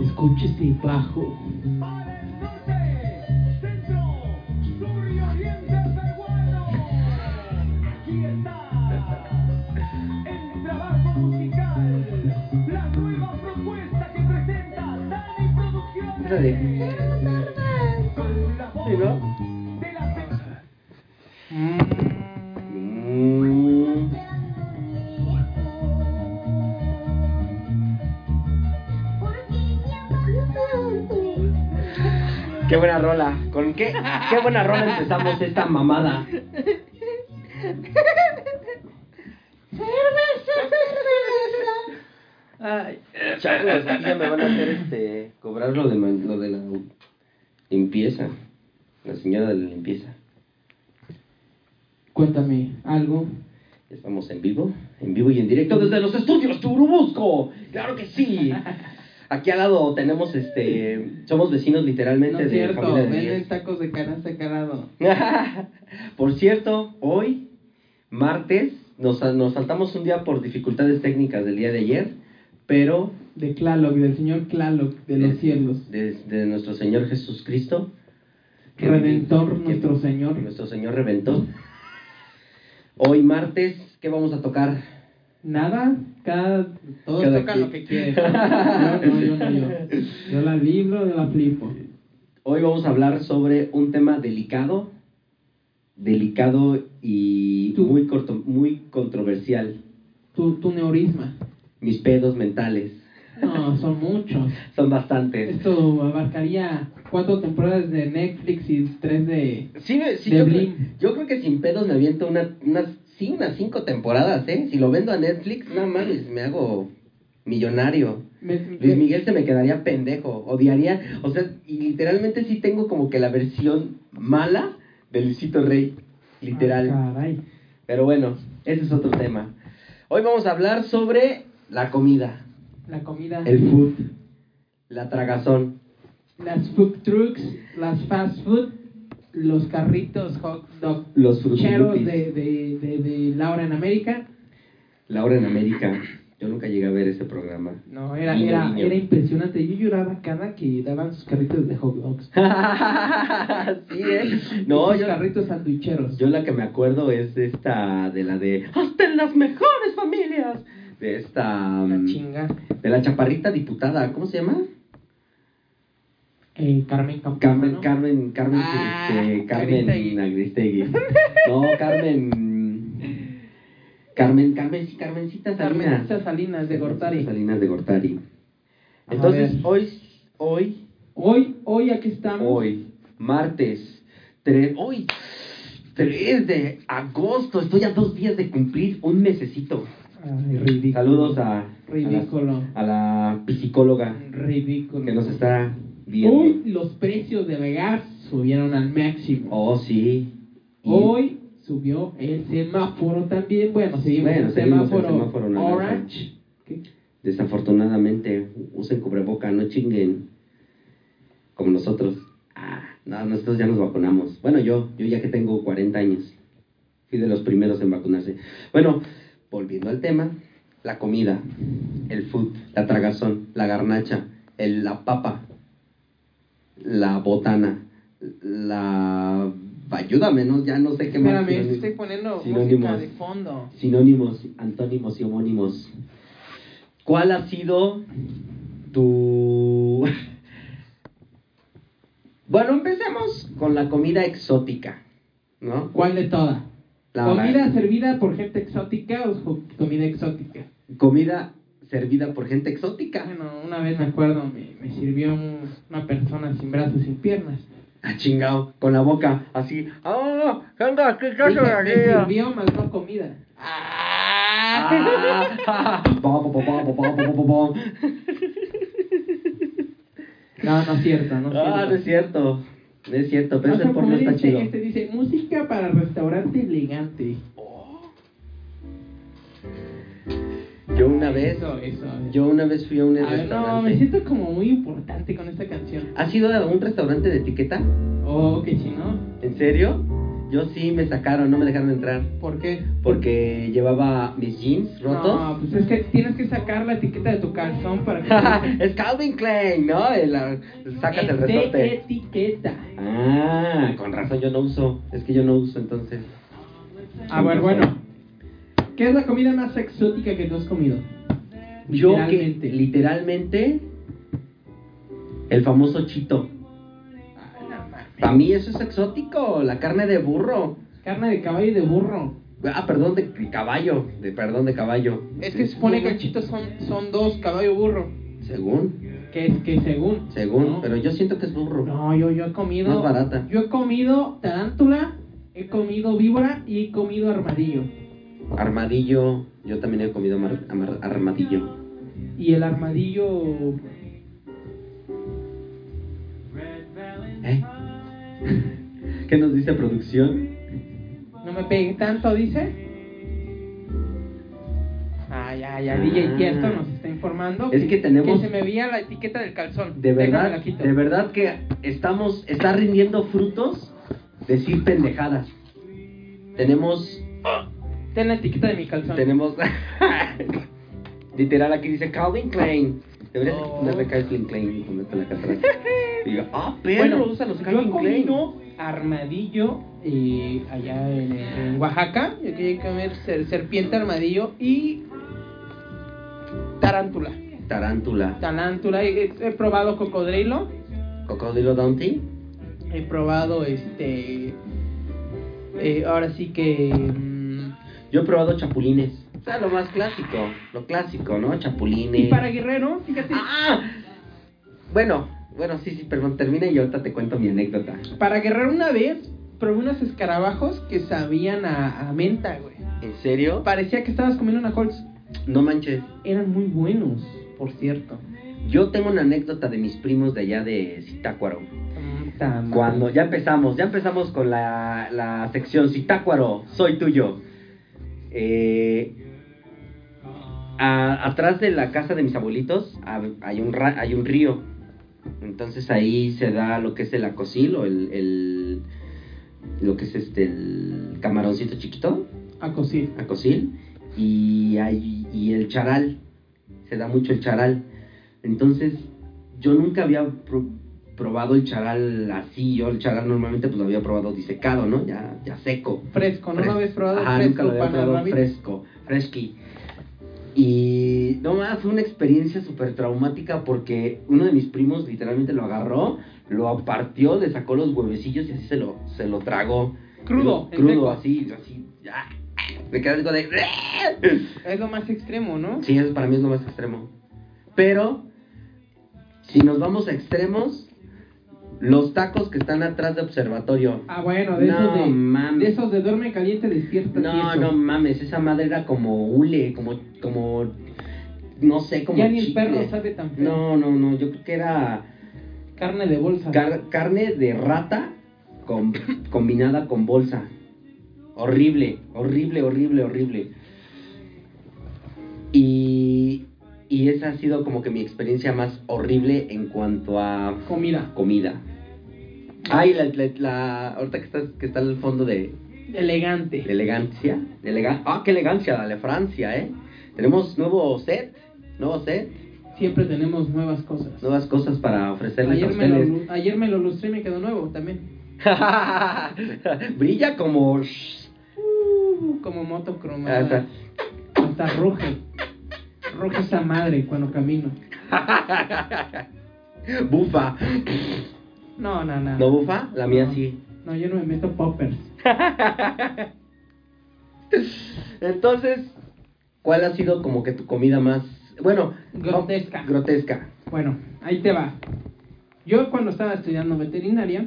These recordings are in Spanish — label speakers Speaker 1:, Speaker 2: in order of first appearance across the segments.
Speaker 1: escuches de bajo.
Speaker 2: Para el norte, centro, sur y oriente peruano. Aquí está el trabajo musical, la nueva propuesta que presenta Dani Producciones. Con la voz
Speaker 1: Sí, ¿no?
Speaker 2: de la pe-
Speaker 1: Mm. Qué buena rola. ¿Con qué? Qué buena rola empezamos esta mamada. Ay, chale, aquí ya me van a hacer este cobrar lo de, ma- lo de la limpieza. La señora de la limpieza.
Speaker 3: Cuéntame algo.
Speaker 1: Estamos en vivo, en vivo y en directo desde los estudios Churubusco. Claro que sí. Aquí al lado tenemos este somos vecinos literalmente
Speaker 3: No es
Speaker 1: de
Speaker 3: cierto,
Speaker 1: familia de
Speaker 3: venden
Speaker 1: diez.
Speaker 3: tacos de canasta calado.
Speaker 1: Por cierto, hoy, martes, nos, nos saltamos un día por dificultades técnicas del día de ayer, pero
Speaker 3: De Claloc, del señor Claloc, de los cielos.
Speaker 1: de, de nuestro Señor Jesucristo.
Speaker 3: Redentor,
Speaker 1: que-
Speaker 3: nuestro Señor.
Speaker 1: Nuestro Señor reventó. Hoy, martes, ¿qué vamos a tocar?
Speaker 3: Nada, cada, todos
Speaker 1: Cada
Speaker 3: tocan
Speaker 1: quien.
Speaker 3: lo que quieren. Yo no, yo no, yo. Yo la libro, yo la flipo.
Speaker 1: Hoy vamos a hablar sobre un tema delicado, delicado y
Speaker 3: Tú.
Speaker 1: muy, corto, muy controversial.
Speaker 3: Tu, tu neurisma.
Speaker 1: Mis pedos mentales.
Speaker 3: No, son muchos.
Speaker 1: Son bastantes.
Speaker 3: Esto abarcaría cuatro temporadas de Netflix y tres de...
Speaker 1: Sí, me- sí,
Speaker 3: De
Speaker 1: yo, creo,
Speaker 3: Blim.
Speaker 1: yo creo que sin pedos me aviento una, unas, sí, unas cinco temporadas, ¿eh? Si lo vendo a Netflix, no mames, me hago millonario.
Speaker 3: me-
Speaker 1: Luis Miguel se me quedaría pendejo, odiaría, o sea, y literalmente sí tengo como que la versión mala de Luisito Rey, literal.
Speaker 3: Ah, caray.
Speaker 1: Pero bueno, ese es otro tema. Hoy vamos a hablar sobre la comida,
Speaker 3: La comida.
Speaker 1: el food, la tragazón,
Speaker 3: Las food trucks, las fast food, los carritos hot dog
Speaker 1: los
Speaker 3: cheros
Speaker 1: frutilupis,
Speaker 3: de, de, de, de Laura en América.
Speaker 1: la hora en América. Yo nunca llegué a ver ese programa.
Speaker 3: No, era,
Speaker 1: Guiño,
Speaker 3: era,
Speaker 1: guiño.
Speaker 3: era impresionante. Yo lloraba cada que daban sus carritos de hot dogs.
Speaker 1: sí, ¿eh? No,
Speaker 3: Esos
Speaker 1: yo,
Speaker 3: carritos sandwicheros.
Speaker 1: yo la que me acuerdo es esta de la de hasta en las mejores familias. De esta...
Speaker 3: La
Speaker 1: mm,
Speaker 3: chinga.
Speaker 1: De la chaparrita diputada, ¿cómo se llama?
Speaker 3: Eh, Carmen Campuzano.
Speaker 1: Carmen, Carmen, Carmen,
Speaker 3: Ah,
Speaker 1: este, Carmen
Speaker 3: Aristegui.
Speaker 1: Agristegui. No, Carmen. Carmen, Carmen, sí, Carmencita Salinas.
Speaker 3: Carmencita Salinas de Gortari.
Speaker 1: Salinas de Gortari.
Speaker 3: A
Speaker 1: Entonces,
Speaker 3: ver.
Speaker 1: hoy, hoy,
Speaker 3: Hoy, hoy aquí estamos.
Speaker 1: hoy, martes, tres, hoy, 3 de agosto, estoy a dos días de cumplir un mesecito.
Speaker 3: Ay, ridículo.
Speaker 1: Saludos a,
Speaker 3: Ridículo.
Speaker 1: a la, a la psicóloga
Speaker 3: Ridículo.
Speaker 1: que nos está viendo.
Speaker 3: Hoy los precios de Vegas subieron al máximo.
Speaker 1: Oh, sí. Y-
Speaker 3: Hoy subió el semáforo también. Bueno, seguimos
Speaker 1: Bueno,
Speaker 3: el
Speaker 1: seguimos el
Speaker 3: semáforo,
Speaker 1: semáforo naranja.
Speaker 3: orange. ¿Qué?
Speaker 1: Desafortunadamente, usen cubreboca, no chinguen. Como nosotros. Ah, no, nosotros ya nos vacunamos. Bueno, yo, yo ya que tengo 40 años, fui de los primeros en vacunarse. Bueno, volviendo al tema, la comida, el food, la tragazón, la garnacha, el, la papa, la botana, la... Ayuda menos, ya no sé qué más.
Speaker 3: Espérame, ¿este
Speaker 1: sinónimo-
Speaker 3: estoy poniendo música
Speaker 1: sinónimos.
Speaker 3: de fondo.
Speaker 1: Sinónimos, antónimos y homónimos. ¿Cuál ha sido tu... Bueno, empecemos con la comida exótica, ¿no?
Speaker 3: ¿Cuál de todas?
Speaker 1: La
Speaker 3: ¿Comida
Speaker 1: la-
Speaker 3: servida por gente exótica o jo- comida exótica?
Speaker 1: comida servida por gente exótica.
Speaker 3: Bueno, una vez me acuerdo, me, me sirvió un- una persona sin brazos, sin piernas.
Speaker 1: Ah, chingao, con la boca así. ¡Ah! ¡Venga, qué
Speaker 3: Dije,
Speaker 1: clase de
Speaker 3: me
Speaker 1: idea!
Speaker 3: sirvió más no comida.
Speaker 1: Ah, pa, pa, pa, pa, pa, pa, pa, pa, pa.
Speaker 3: No, no es cierto, no es cierto.
Speaker 1: Ah, no es cierto. Ah, No es cierto, pero
Speaker 3: Vamos
Speaker 1: ese
Speaker 3: a
Speaker 1: porno
Speaker 3: poner
Speaker 1: está
Speaker 3: este,
Speaker 1: chido.
Speaker 3: pues, este dice música para restaurante elegante.
Speaker 1: Yo una vez...
Speaker 3: Eso, eso.
Speaker 1: Yo una vez fui a un
Speaker 3: a ver, Ah, no, me
Speaker 1: restaurante.
Speaker 3: siento como muy importante con esta canción.
Speaker 1: ¿Has ido a un restaurante de etiqueta?
Speaker 3: Oh, que si no.
Speaker 1: ¿En serio? Yo sí me sacaron, no me dejaron entrar.
Speaker 3: ¿Por qué?
Speaker 1: Porque llevaba mis jeans rotos.
Speaker 3: No, pues es que tienes que sacar la etiqueta de tu calzón para que...
Speaker 1: es Calvin Klein, ¿no? El, ah, sacas el
Speaker 3: Este
Speaker 1: resorte.
Speaker 3: etiqueta.
Speaker 1: Ah, con razón yo no uso. Es que yo no uso entonces.
Speaker 3: A ver, bueno. ¿Qué es la comida más exótica que tú has comido?
Speaker 1: Yo
Speaker 3: Literalmente.
Speaker 1: que literalmente el famoso chito.
Speaker 3: Ah,
Speaker 1: Para mí eso es exótico, la carne de burro.
Speaker 3: Carne de caballo y de burro.
Speaker 1: Ah, perdón, de de caballo, de perdón de caballo.
Speaker 2: Es que se supone que el chito son, son dos, caballo y burro.
Speaker 1: según,
Speaker 3: Que es que según.
Speaker 1: según,
Speaker 3: ¿no?
Speaker 1: pero yo siento que es burro.
Speaker 3: No, yo, yo he comido.
Speaker 1: Más barata.
Speaker 3: Yo he comido tarántula, he comido víbora y he comido armadillo.
Speaker 1: Armadillo, yo también he comido mar- amar- armadillo.
Speaker 3: Y el armadillo.
Speaker 1: ¿Eh? ¿Qué nos dice producción?
Speaker 3: No me pegué tanto, dice. Ah, ya, ya,
Speaker 1: Ah.
Speaker 3: DJ Tiesto nos está informando.
Speaker 1: Es que tenemos-
Speaker 3: Que se me veía la etiqueta del calzón.
Speaker 1: De
Speaker 3: Déjame
Speaker 1: verdad,
Speaker 3: la quito.
Speaker 1: de verdad que estamos, está rindiendo frutos decir pendejadas. Tenemos
Speaker 3: Ten la etiqueta de mi calzón.
Speaker 1: Tenemos. Literal, aquí dice Calvin Klein. Deberías de
Speaker 3: Oh.
Speaker 1: ponerle Calvin Klein y ponerte la catarata. Y yo, ah, perro,
Speaker 3: Bueno,
Speaker 1: usa los
Speaker 3: yo he
Speaker 1: Calvin Klein.
Speaker 3: comido armadillo eh, allá en, en Oaxaca. Yo quería comer ser- serpiente armadillo y tarántula.
Speaker 1: Tarántula.
Speaker 3: Tarántula. He, he probado cocodrilo.
Speaker 1: Cocodrilo Dante.
Speaker 3: He probado este. eh, ahora sí que. mm,
Speaker 1: Yo he probado chapulines. O sea, lo más clásico. Lo clásico, ¿no? Chapulines.
Speaker 3: y para Guerrero, fíjate.
Speaker 1: ¡Ah! Bueno, bueno, sí, sí, perdón, termina y ahorita te cuento mi anécdota.
Speaker 3: Para Guerrero una vez probé unos escarabajos que sabían a, a menta, güey.
Speaker 1: ¿En serio?
Speaker 3: Parecía que estabas comiendo una Holz.
Speaker 1: No manches.
Speaker 3: Eran muy buenos, por cierto.
Speaker 1: Yo tengo una anécdota de mis primos de allá de Zitácuaro.
Speaker 3: Puta madre.
Speaker 1: Cuando ya empezamos, ya empezamos con la, la sección Citácuaro, soy tuyo. Eh, a- atrás de la casa de mis abuelitos hab- hay un, ra- hay un río. Entonces ahí se da lo que es el acocil o el, el- lo que es este el camaroncito chiquito,
Speaker 3: A cocir.
Speaker 1: acocil, y, hay- y el charal. Se da mucho el charal. Entonces, yo nunca había pro- probado el charal así. Yo el charal normalmente pues lo había probado disecado, ¿no? Ya, ya seco.
Speaker 3: Fresco, ¿no
Speaker 1: Fres-
Speaker 3: lo habías probado?
Speaker 1: Ajá,
Speaker 3: fresco
Speaker 1: nunca lo había
Speaker 3: para
Speaker 1: probado
Speaker 3: rabbit?
Speaker 1: fresco, fresqui. Y no más, fue una experiencia súper traumática porque uno de mis primos literalmente lo agarró, lo partió, le sacó los huevecillos y así se lo, se lo tragó.
Speaker 3: Crudo, en
Speaker 1: Crudo,
Speaker 3: seco.
Speaker 1: así, así. ah, Me quedé algo de...
Speaker 3: Es lo más extremo, ¿no?
Speaker 1: Sí, eso para mí es lo más extremo. Pero, si nos vamos a extremos, los tacos que están atrás de observatorio.
Speaker 3: Ah, bueno, de, esos,
Speaker 1: No,
Speaker 3: de,
Speaker 1: mames.
Speaker 3: de esos de duerme caliente, despierta
Speaker 1: No,
Speaker 3: tieso.
Speaker 1: no mames, esa madre era como hule, como, como, no sé, como
Speaker 3: Ya ni el
Speaker 1: chicle.
Speaker 3: perro sabe tan feo.
Speaker 1: No, no, no, yo creo que era
Speaker 3: Carne de bolsa.
Speaker 1: car- carne de rata con- combinada con bolsa. Horrible, horrible, horrible, horrible. Y, y esa ha sido como que mi experiencia más horrible en cuanto a
Speaker 3: Comida.
Speaker 1: comida. Ay, la, la- la- ahorita que está, que está el fondo de,
Speaker 3: Elegante.
Speaker 1: de elegancia. de elega- ah, qué elegancia la de Francia, ¿eh? Tenemos nuevo set, nuevo set,
Speaker 3: Siempre tenemos nuevas cosas.
Speaker 1: nuevas cosas para ofrecerles a
Speaker 3: Ayer me, lo,
Speaker 1: ustedes.
Speaker 3: lu- ayer me lo lustré y me quedó nuevo también.
Speaker 1: Brilla como...
Speaker 3: Uh, como moto cromada.
Speaker 1: Hasta-
Speaker 3: Hasta ruge. Ruge esa madre cuando camino. Ah.
Speaker 1: Bufa.
Speaker 3: No, no, no.
Speaker 1: ¿No bufa? La mía
Speaker 3: No.
Speaker 1: sí.
Speaker 3: No, yo no me meto poppers. Ah.
Speaker 1: Entonces, ¿cuál ha sido como que tu comida más... Bueno,
Speaker 3: Grotesca.
Speaker 1: no, grotesca.
Speaker 3: Bueno, ahí te va. Yo cuando estaba estudiando veterinaria,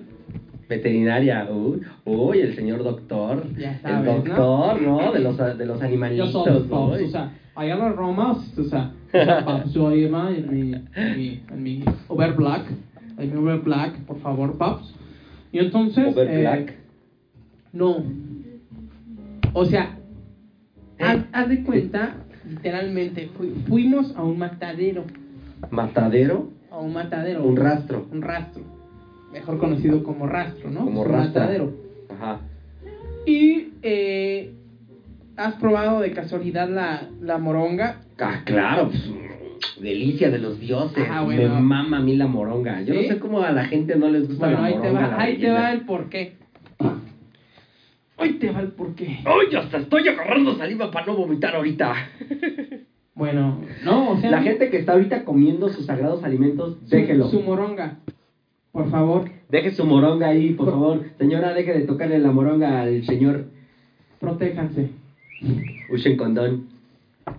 Speaker 1: Veterinaria. Uy, uy, el señor doctor.
Speaker 3: Ya
Speaker 1: el
Speaker 3: sabes, ¿no?
Speaker 1: doctor, ¿no? De los, de los
Speaker 3: yo
Speaker 1: animalitos.
Speaker 3: soy pops,
Speaker 1: uy.
Speaker 3: o sea, allá los romas, o sea, o sea, pops, yo ahí va en mi, en mi, en mi Uber Black, en mi Uber Black, por favor, pops. Y entonces...
Speaker 1: Over
Speaker 3: eh,
Speaker 1: black.
Speaker 3: No. O sea,
Speaker 1: ¿Eh?
Speaker 3: haz, haz de cuenta, literalmente, fui- fuimos a un matadero,
Speaker 1: Matadero.
Speaker 3: a un matadero.
Speaker 1: Un rastro.
Speaker 3: Un rastro, mejor conocido como rastro, ¿no?
Speaker 1: Como
Speaker 3: Un
Speaker 1: rastra.
Speaker 3: matadero.
Speaker 1: Ajá.
Speaker 3: Y eh, has probado de casualidad la, la moronga.
Speaker 1: Ah, claro, pues, delicia de los dioses.
Speaker 3: Ah, bueno.
Speaker 1: Me mama a mí la moronga. Yo
Speaker 3: ¿Sí?
Speaker 1: no sé cómo a la gente no les gusta
Speaker 3: Bueno,
Speaker 1: Pues la
Speaker 3: ahí te
Speaker 1: moronga.
Speaker 3: va,
Speaker 1: la
Speaker 3: ahí te
Speaker 1: ballena.
Speaker 3: va el porqué. Ahí te va el porqué.
Speaker 1: ¡Ay, hasta estoy agarrando saliva para no vomitar ahorita!
Speaker 4: Bueno, no, o sea,
Speaker 1: La gente que está ahorita comiendo sus sagrados alimentos,
Speaker 3: Su-
Speaker 1: déjelo.
Speaker 3: Su moronga. Por favor,
Speaker 1: Deje su moronga ahí, por favor. Señora, deje de tocarle la moronga al señor
Speaker 3: protéjanse.
Speaker 1: Usen Condón.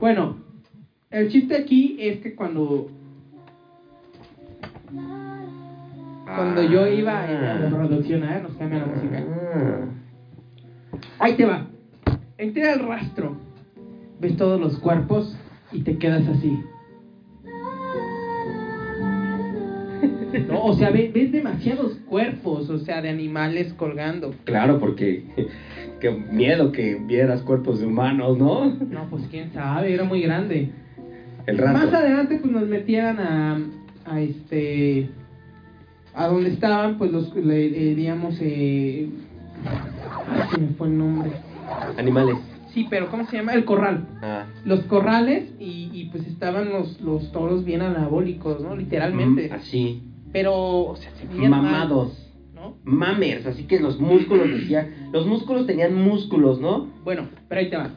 Speaker 3: Bueno, el chiste aquí es que cuando Cuando
Speaker 1: Ah.
Speaker 3: yo iba a la producción, ¿eh? nos cambia la música.
Speaker 1: Ah.
Speaker 3: Ahí te va. Entra el rastro. Ves todos los cuerpos y te quedas así. No, o sea, ve- ves, demasiados cuerpos, o sea, de animales colgando.
Speaker 1: Claro, porque qué miedo que vieras cuerpos de humanos, ¿no?
Speaker 3: No, pues quién sabe, era muy grande.
Speaker 1: El rato.
Speaker 3: Más adelante, pues nos metieran a, a este. a donde estaban, pues los. le- eh, digamos, eh. ay, se me fue el nombre.
Speaker 1: Animales.
Speaker 3: Sí, pero ¿cómo se llama? El corral.
Speaker 1: Ah.
Speaker 3: Los corrales y, y, pues estaban los, los toros bien anabólicos, ¿no? Literalmente.
Speaker 1: Mm, Así.
Speaker 3: Pero, o sea, se veían mal,
Speaker 1: Mamados.
Speaker 3: ¿no?
Speaker 1: Mamers. Así que los músculos decía. Los músculos tenían músculos, ¿no?
Speaker 3: Bueno, pero ahí te va.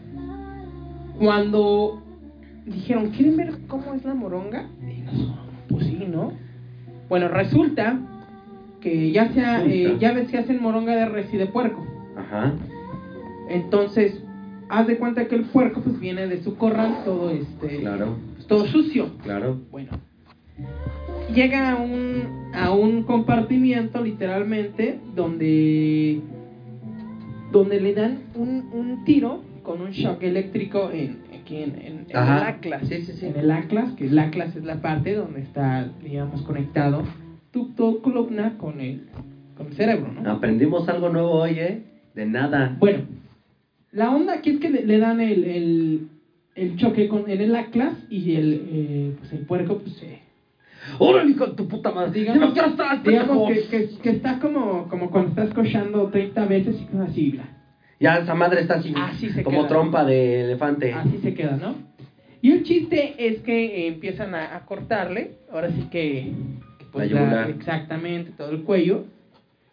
Speaker 3: Cuando dijeron, ¿quieren ver cómo es la moronga? Y nosotros, pues sí, ¿no? Bueno, resulta que ya sea,
Speaker 1: Resulta.
Speaker 3: eh, ya ves que hacen moronga de res y de puerco.
Speaker 1: Ajá.
Speaker 3: Entonces, haz de cuenta que el puerco pues viene de su corral todo este,
Speaker 1: Claro,
Speaker 3: pues, todo sucio.
Speaker 1: claro.
Speaker 3: Bueno, llega a un, a un compartimiento literalmente donde, donde le dan un, un tiro con un shock eléctrico en, aquí en, en- en
Speaker 1: Ajá.
Speaker 3: el ACLAS.
Speaker 1: Sí, sí, sí.
Speaker 3: En el ACLAS, que el ACLAS es la parte donde está, digamos, conectado tu, tu columna con el, con el cerebro, ¿no?
Speaker 1: Aprendimos algo nuevo hoy, ¿eh? De nada.
Speaker 3: Bueno, la onda aquí es que le, le dan el, el, el choque con, en el ACLAS y el, eh, pues el puerco pues, se...
Speaker 1: ¡Órale, hijo de tu puta madre!
Speaker 3: digamos,
Speaker 1: ¡Ya estás,
Speaker 3: digamos
Speaker 1: pendejo!
Speaker 3: que, que, que está como, como cuando estás cochando 30 veces y con así, bla.
Speaker 1: Ya esa madre está así,
Speaker 3: Así se
Speaker 1: como
Speaker 3: queda.
Speaker 1: trompa de elefante.
Speaker 3: Así se queda, ¿no? Y el chiste es que eh, empiezan a, a cortarle, ahora sí que... que, pues
Speaker 1: La yugular.
Speaker 3: exactamente, todo el cuello.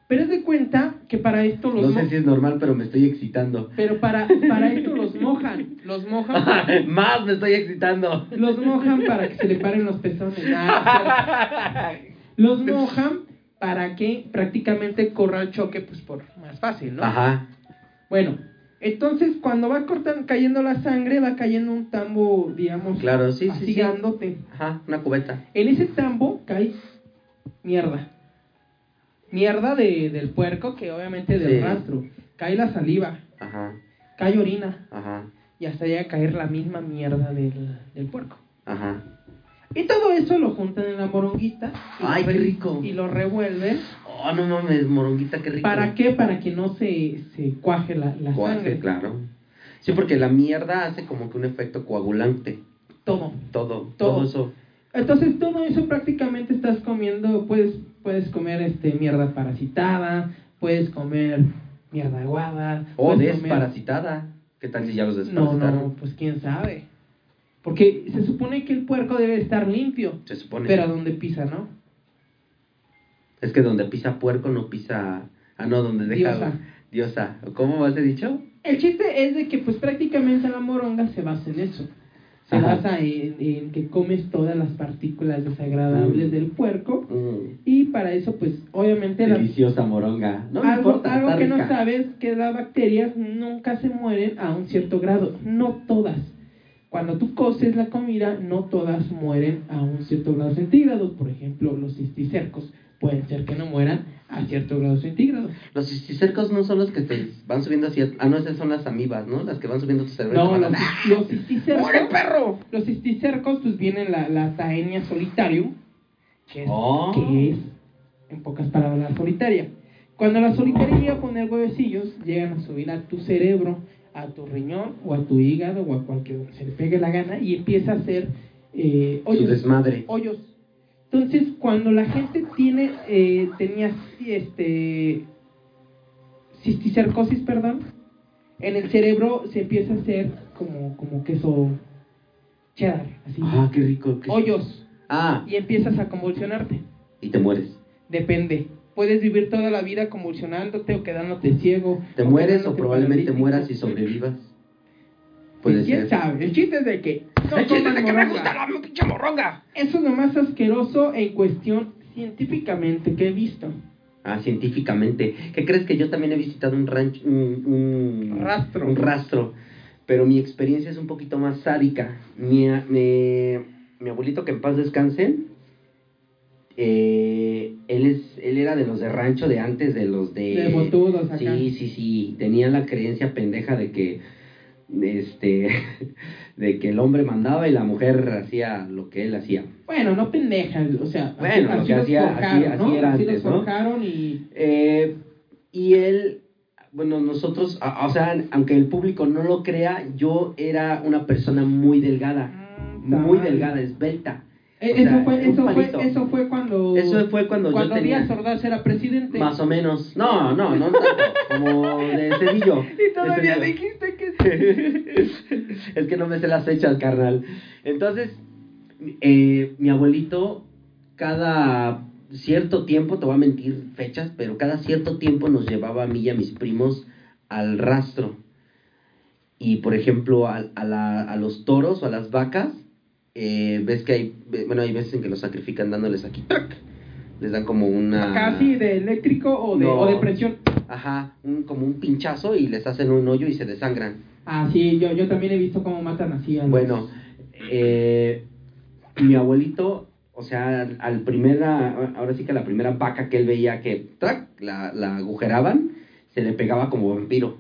Speaker 3: Pero es de cuenta que para esto los...
Speaker 1: No
Speaker 3: mo-
Speaker 1: sé si es normal, pero me estoy excitando.
Speaker 3: Pero para, para esto los mojan, los mojan,
Speaker 1: Más me estoy excitando.
Speaker 3: los mojan para que se le paren los pezones. Ah, espera. los mojan para que prácticamente corra el choque pues por más fácil, ¿no?
Speaker 1: Ajá.
Speaker 3: Bueno, entonces cuando va cortan, cayendo la sangre, va cayendo un tambo, digamos,
Speaker 1: Claro, sí, sí, sí.
Speaker 3: así grandote.
Speaker 1: Ajá, una cubeta.
Speaker 3: En ese tambo cae mierda. Mierda de, del puerco, que obviamente del
Speaker 1: Sí.
Speaker 3: rastro. Cae la saliva,
Speaker 1: Ajá,
Speaker 3: cae orina,
Speaker 1: ajá,
Speaker 3: y hasta llega a caer la misma mierda del, del puerco.
Speaker 1: ajá.
Speaker 3: Y todo eso lo juntan en la moronguita. y
Speaker 1: Ay,
Speaker 3: lo re-
Speaker 1: qué rico.
Speaker 3: Y lo revuelven.
Speaker 1: Oh, no mames, moronguita, qué rico.
Speaker 3: ¿Para qué? Para que no se, se cuaje la, la
Speaker 1: Coaje,
Speaker 3: sangre.
Speaker 1: claro. Sí, porque la mierda hace como que un efecto coagulante.
Speaker 3: Todo.
Speaker 1: Todo, todo,
Speaker 3: Todo.
Speaker 1: eso.
Speaker 3: Entonces todo eso prácticamente estás comiendo, puedes, puedes comer este mierda parasitada, puedes comer mierda aguada.
Speaker 1: O
Speaker 3: puedes comer-
Speaker 1: desparasitada. ¿Qué tal si ya los
Speaker 3: No,
Speaker 1: desparasitaron?
Speaker 3: no, pues quién sabe. Porque se supone que el puerco debe estar limpio,
Speaker 1: Se supone.
Speaker 3: pero a donde pisa, ¿no?
Speaker 1: Es que donde pisa puerco no pisa. Ah, no, donde deja.
Speaker 3: Diosa.
Speaker 1: Diosa. ¿Cómo vas he dicho?
Speaker 3: El chiste es de que pues prácticamente la moronga se basa en eso. Se
Speaker 1: Ajá.
Speaker 3: basa en, en que comes todas las partículas desagradables
Speaker 1: Mm.
Speaker 3: del puerco y para eso pues obviamente la,
Speaker 1: Deliciosa moronga. No me
Speaker 3: algo,
Speaker 1: importa.
Speaker 3: algo
Speaker 1: está
Speaker 3: que no
Speaker 1: rica.
Speaker 3: sabes que las bacterias nunca se mueren a un cierto grado, no todas. Cuando tú coces la comida, no todas mueren a un cierto grado centígrado. Por ejemplo, los cisticercos pueden ser que no mueran a cierto grado centígrado.
Speaker 1: Los cisticercos no son los que te van subiendo hacia. Ah, no, esas son las amibas, ¿no? Las que van subiendo a tu cerebro. y
Speaker 3: No,
Speaker 1: te
Speaker 3: los,
Speaker 1: van a-
Speaker 3: los cisticercos.
Speaker 1: ¡Muere, perro!
Speaker 3: Los cisticercos, pues vienen la, la taenia solitarium, que es,
Speaker 1: Oh.
Speaker 3: que es, en pocas palabras, la solitaria. Cuando la solitaria llega a poner huevecillos, llegan a subir a tu cerebro, a tu riñón, o a tu hígado, o a cualquier donde se le pegue la gana, y empieza a hacer eh,
Speaker 1: Su
Speaker 3: hoyos.
Speaker 1: desmadre.
Speaker 3: hoyos. Entonces, cuando la gente tiene, eh, tenía este, cisticercosis, perdón, en el cerebro se empieza a hacer como, como queso cheddar, así.
Speaker 1: Ah, qué rico. qué-
Speaker 3: Hoyos.
Speaker 1: Ah,
Speaker 3: Y empiezas a convulsionarte.
Speaker 1: y te mueres.
Speaker 3: Depende. Puedes vivir toda la vida convulsionándote o quedándote ciego.
Speaker 1: Te mueres o
Speaker 3: quedándote
Speaker 1: probablemente
Speaker 3: paralítico.
Speaker 1: mueras y sobrevivas.
Speaker 3: Pues
Speaker 1: Puede
Speaker 3: quién
Speaker 1: ser.
Speaker 3: sabe. El chiste es de que. no
Speaker 1: El chiste
Speaker 3: coman
Speaker 1: es de que me
Speaker 3: moronga.
Speaker 1: gusta la pinche morronga.
Speaker 3: Eso es lo más asqueroso en cuestión científicamente que he visto.
Speaker 1: Ah, científicamente. ¿Qué crees que yo también he visitado un rancho, un, un-
Speaker 3: Rastro.
Speaker 1: un rastro? Pero mi experiencia es un poquito más sádica. Mi, a- mi- mi abuelito, que en paz descanse, eh, él, es, él era de los de rancho de antes, de los de...
Speaker 3: De botudos acá.
Speaker 1: Sí, sí, sí. Tenía la creencia pendeja de que, este, de que el hombre mandaba y la mujer hacía lo que él hacía.
Speaker 3: Bueno, no pendejas, o sea,
Speaker 1: Bueno, lo que
Speaker 3: los
Speaker 1: hacía- así-
Speaker 3: forjaron,
Speaker 1: así era
Speaker 3: Así los
Speaker 1: antes, ¿no?
Speaker 3: forjaron y
Speaker 1: Eh, y él, bueno, nosotros, a- o sea, aunque el público no lo crea, yo era una persona muy delgada, muy
Speaker 3: Ay.
Speaker 1: delgada, esbelta.
Speaker 3: Eh,
Speaker 1: O
Speaker 3: eso,
Speaker 1: sea,
Speaker 3: fue,
Speaker 1: un
Speaker 3: eso,
Speaker 1: palito.
Speaker 3: fue, eso fue cuando
Speaker 1: Eso fue cuando,
Speaker 3: cuando
Speaker 1: yo tenía
Speaker 3: Díaz Ordaz era presidente.
Speaker 1: más o menos, no, no, no tanto, como de cerillo.
Speaker 3: y todavía
Speaker 1: de cerillo.
Speaker 3: dijiste que
Speaker 1: es que no me sé las fechas, carnal. Entonces, eh, mi abuelito, cada cierto tiempo, te voy a mentir fechas, pero cada cierto tiempo nos llevaba a mí y a mis primos al rastro. Y, por ejemplo, a, a la- a los toros o a las vacas, eh, ves que hay, bueno, hay veces en que los sacrifican dándoles aquí, ¡tac! les dan como una...
Speaker 3: casi de eléctrico o de,
Speaker 1: No.
Speaker 3: o de presión.
Speaker 1: Ajá, un- como un pinchazo y les hacen un hoyo y se desangran.
Speaker 3: Ah, sí, yo, yo también he visto cómo matan así a los-
Speaker 1: Bueno, eh, mi abuelito, o sea, al primera, ahora sí que la primera vaca que él veía que trac, la, la agujeraban, se le pegaba como vampiro.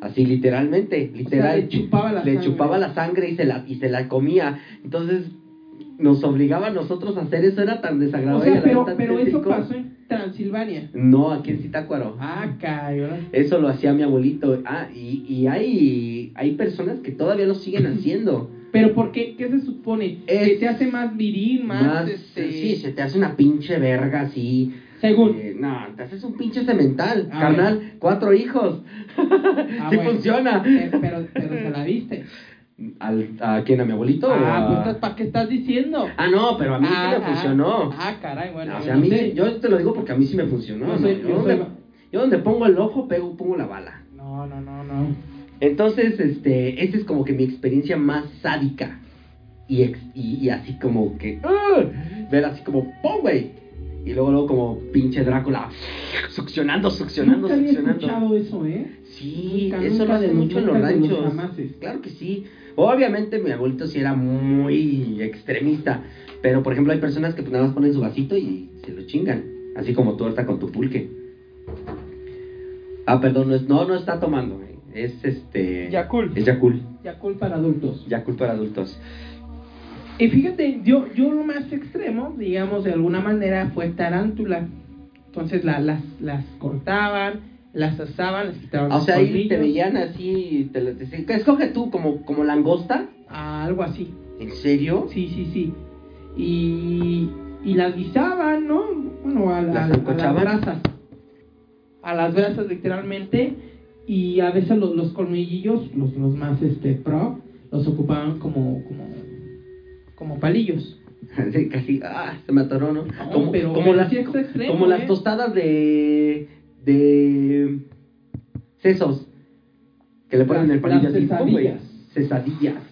Speaker 1: Así literalmente,
Speaker 3: o sea,
Speaker 1: literal.
Speaker 3: le chupaba la
Speaker 1: le
Speaker 3: sangre.
Speaker 1: chupaba la sangre y se la, y se la comía. Entonces, nos obligaba a nosotros a hacer eso, era tan
Speaker 3: O
Speaker 1: desagradable. y
Speaker 3: sea,
Speaker 1: a la
Speaker 3: pero,
Speaker 1: vez tan
Speaker 3: pero eso
Speaker 1: tétrico.
Speaker 3: pasó en Transilvania.
Speaker 1: No, aquí en Zitácuaro.
Speaker 3: Ah, cabrón.
Speaker 1: Eso lo hacía mi abuelito. Ah, y, y hay, hay personas que todavía lo siguen haciendo.
Speaker 3: Pero ¿por qué? ¿Qué se supone?
Speaker 1: Es-
Speaker 3: que te hace más viril, más,
Speaker 1: más, eh,
Speaker 3: este,
Speaker 1: sí, se te hace una pinche verga así.
Speaker 3: según.
Speaker 1: Eh, no, te haces un pinche cemental,
Speaker 3: Ah,
Speaker 1: carnal, cuatro hijos.
Speaker 3: Ah,
Speaker 1: sí
Speaker 3: bueno.
Speaker 1: funciona.
Speaker 3: Pero, pero, pero se la diste.
Speaker 1: ¿Al, ¿A quién? ¿A mi abuelito? o
Speaker 3: Ah,
Speaker 1: a-
Speaker 3: pues estás- ¿para qué estás diciendo?
Speaker 1: Ah, no, pero a mí sí me funcionó.
Speaker 3: Ah, caray, bueno.
Speaker 1: o
Speaker 3: yo
Speaker 1: sea, a
Speaker 3: no
Speaker 1: mí,
Speaker 3: sé.
Speaker 1: yo te lo digo porque a mí sí me funcionó.
Speaker 3: Yo
Speaker 1: ¿no?
Speaker 3: soy-
Speaker 1: yo,
Speaker 3: yo
Speaker 1: donde,
Speaker 3: soy-
Speaker 1: yo donde pongo el ojo, pego, pongo la bala.
Speaker 3: No, no, no, no.
Speaker 1: Entonces, este, esta es como que mi experiencia más sádica. Y, ex- y, y así como que, ¡ah! ver así como, ¡pum, güey! Y luego, luego como pinche Drácula, succionando, succionando,
Speaker 3: Nunca había
Speaker 1: succionando.
Speaker 3: escuchado eso, ¿eh?
Speaker 1: Sí,
Speaker 3: Nunca,
Speaker 1: eso lo
Speaker 3: nunca de
Speaker 1: hacen
Speaker 3: los
Speaker 1: mucho en los
Speaker 3: nunca de los
Speaker 1: ranchos.
Speaker 3: jamases.
Speaker 1: claro que sí. Obviamente mi abuelito sí era muy extremista, pero por ejemplo hay personas que pues, nada más ponen su vasito y se lo chingan, así como tú ahorita con tu pulque. Ah, perdón, no, es, no, no está tomando, güey. es este...
Speaker 3: Yakult.
Speaker 1: Es Yakul,
Speaker 3: Yakult para adultos.
Speaker 1: Yakul para adultos.
Speaker 3: Y fíjate, yo, yo lo más extremo, digamos, de alguna manera, fue tarántula. Entonces la- las, las cortaban, las asaban, les quitaban
Speaker 1: O
Speaker 3: los
Speaker 1: sea, ahí te
Speaker 3: colmillos,
Speaker 1: veían así, te lo decían, escoge tú, como, como langosta.
Speaker 3: Ah, Algo así.
Speaker 1: ¿En serio?
Speaker 3: Sí, sí, sí. Y, y las guisaban, ¿no? Bueno, a, la-
Speaker 1: ¿Las
Speaker 3: a las
Speaker 1: ancochaban?
Speaker 3: brasas. A las brasas, literalmente. Y a veces los, los colmillillos, los, los más este pro, los ocupaban como, como, como palillos.
Speaker 1: Sí, casi, ah, se me atoró, ¿no?
Speaker 3: No,
Speaker 1: como
Speaker 3: pero-
Speaker 1: como,
Speaker 3: pero
Speaker 1: las,
Speaker 3: sí está extremo,
Speaker 1: como las
Speaker 3: ¿eh?
Speaker 1: tostadas de. de. sesos. Que le ponen
Speaker 3: Las-
Speaker 1: el palillo
Speaker 3: las
Speaker 1: así, pum, güey.
Speaker 3: quesadillas.
Speaker 1: Cesadillas.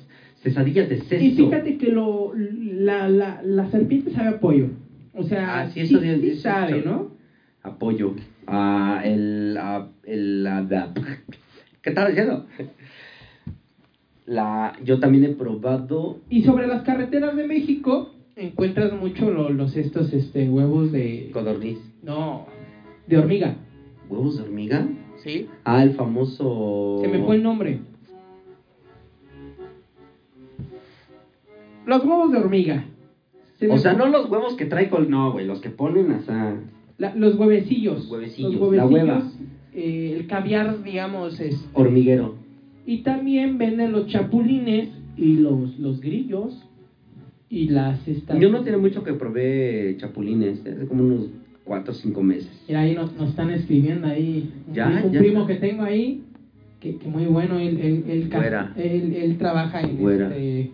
Speaker 1: Cesadillas de seso.
Speaker 3: Y fíjate que lo, la, la, la serpiente sabe a pollo. O sea,
Speaker 1: Ah, sí, eso sí-
Speaker 3: sí
Speaker 1: eso
Speaker 3: sabe,
Speaker 1: sí.
Speaker 3: ¿no?
Speaker 1: Apoyo. A el. A, el a, la- ¿Qué estaba diciendo? La, yo también he probado.
Speaker 3: Y sobre las carreteras de México encuentras mucho lo- los estos este huevos de
Speaker 1: Codorniz.
Speaker 3: no de hormiga.
Speaker 1: ¿Huevos de hormiga?
Speaker 3: Sí.
Speaker 1: Ah, el famoso.
Speaker 3: Se me fue el nombre. Los huevos de hormiga. Se me
Speaker 1: O sea,
Speaker 3: fue-
Speaker 1: no los huevos que trae col. No, güey, los que ponen hasta.
Speaker 3: la- los huevecillos.
Speaker 1: Los huevecillos,
Speaker 3: los
Speaker 1: la hueva.
Speaker 3: eh, el caviar, digamos, es.
Speaker 1: Hormiguero.
Speaker 3: Y también venden los chapulines y los, los grillos y las estas.
Speaker 1: Yo no tiene mucho que probé chapulines, ¿eh? hace como unos 4 o 5 meses.
Speaker 3: Mira, ahí nos, nos están escribiendo ahí. Un,
Speaker 1: Ya,
Speaker 3: primo- un
Speaker 1: ya.
Speaker 3: primo que tengo ahí que, que muy bueno. Él, él, él, ca-
Speaker 2: Güera.
Speaker 3: él- él trabaja en,
Speaker 1: Güera.
Speaker 3: este,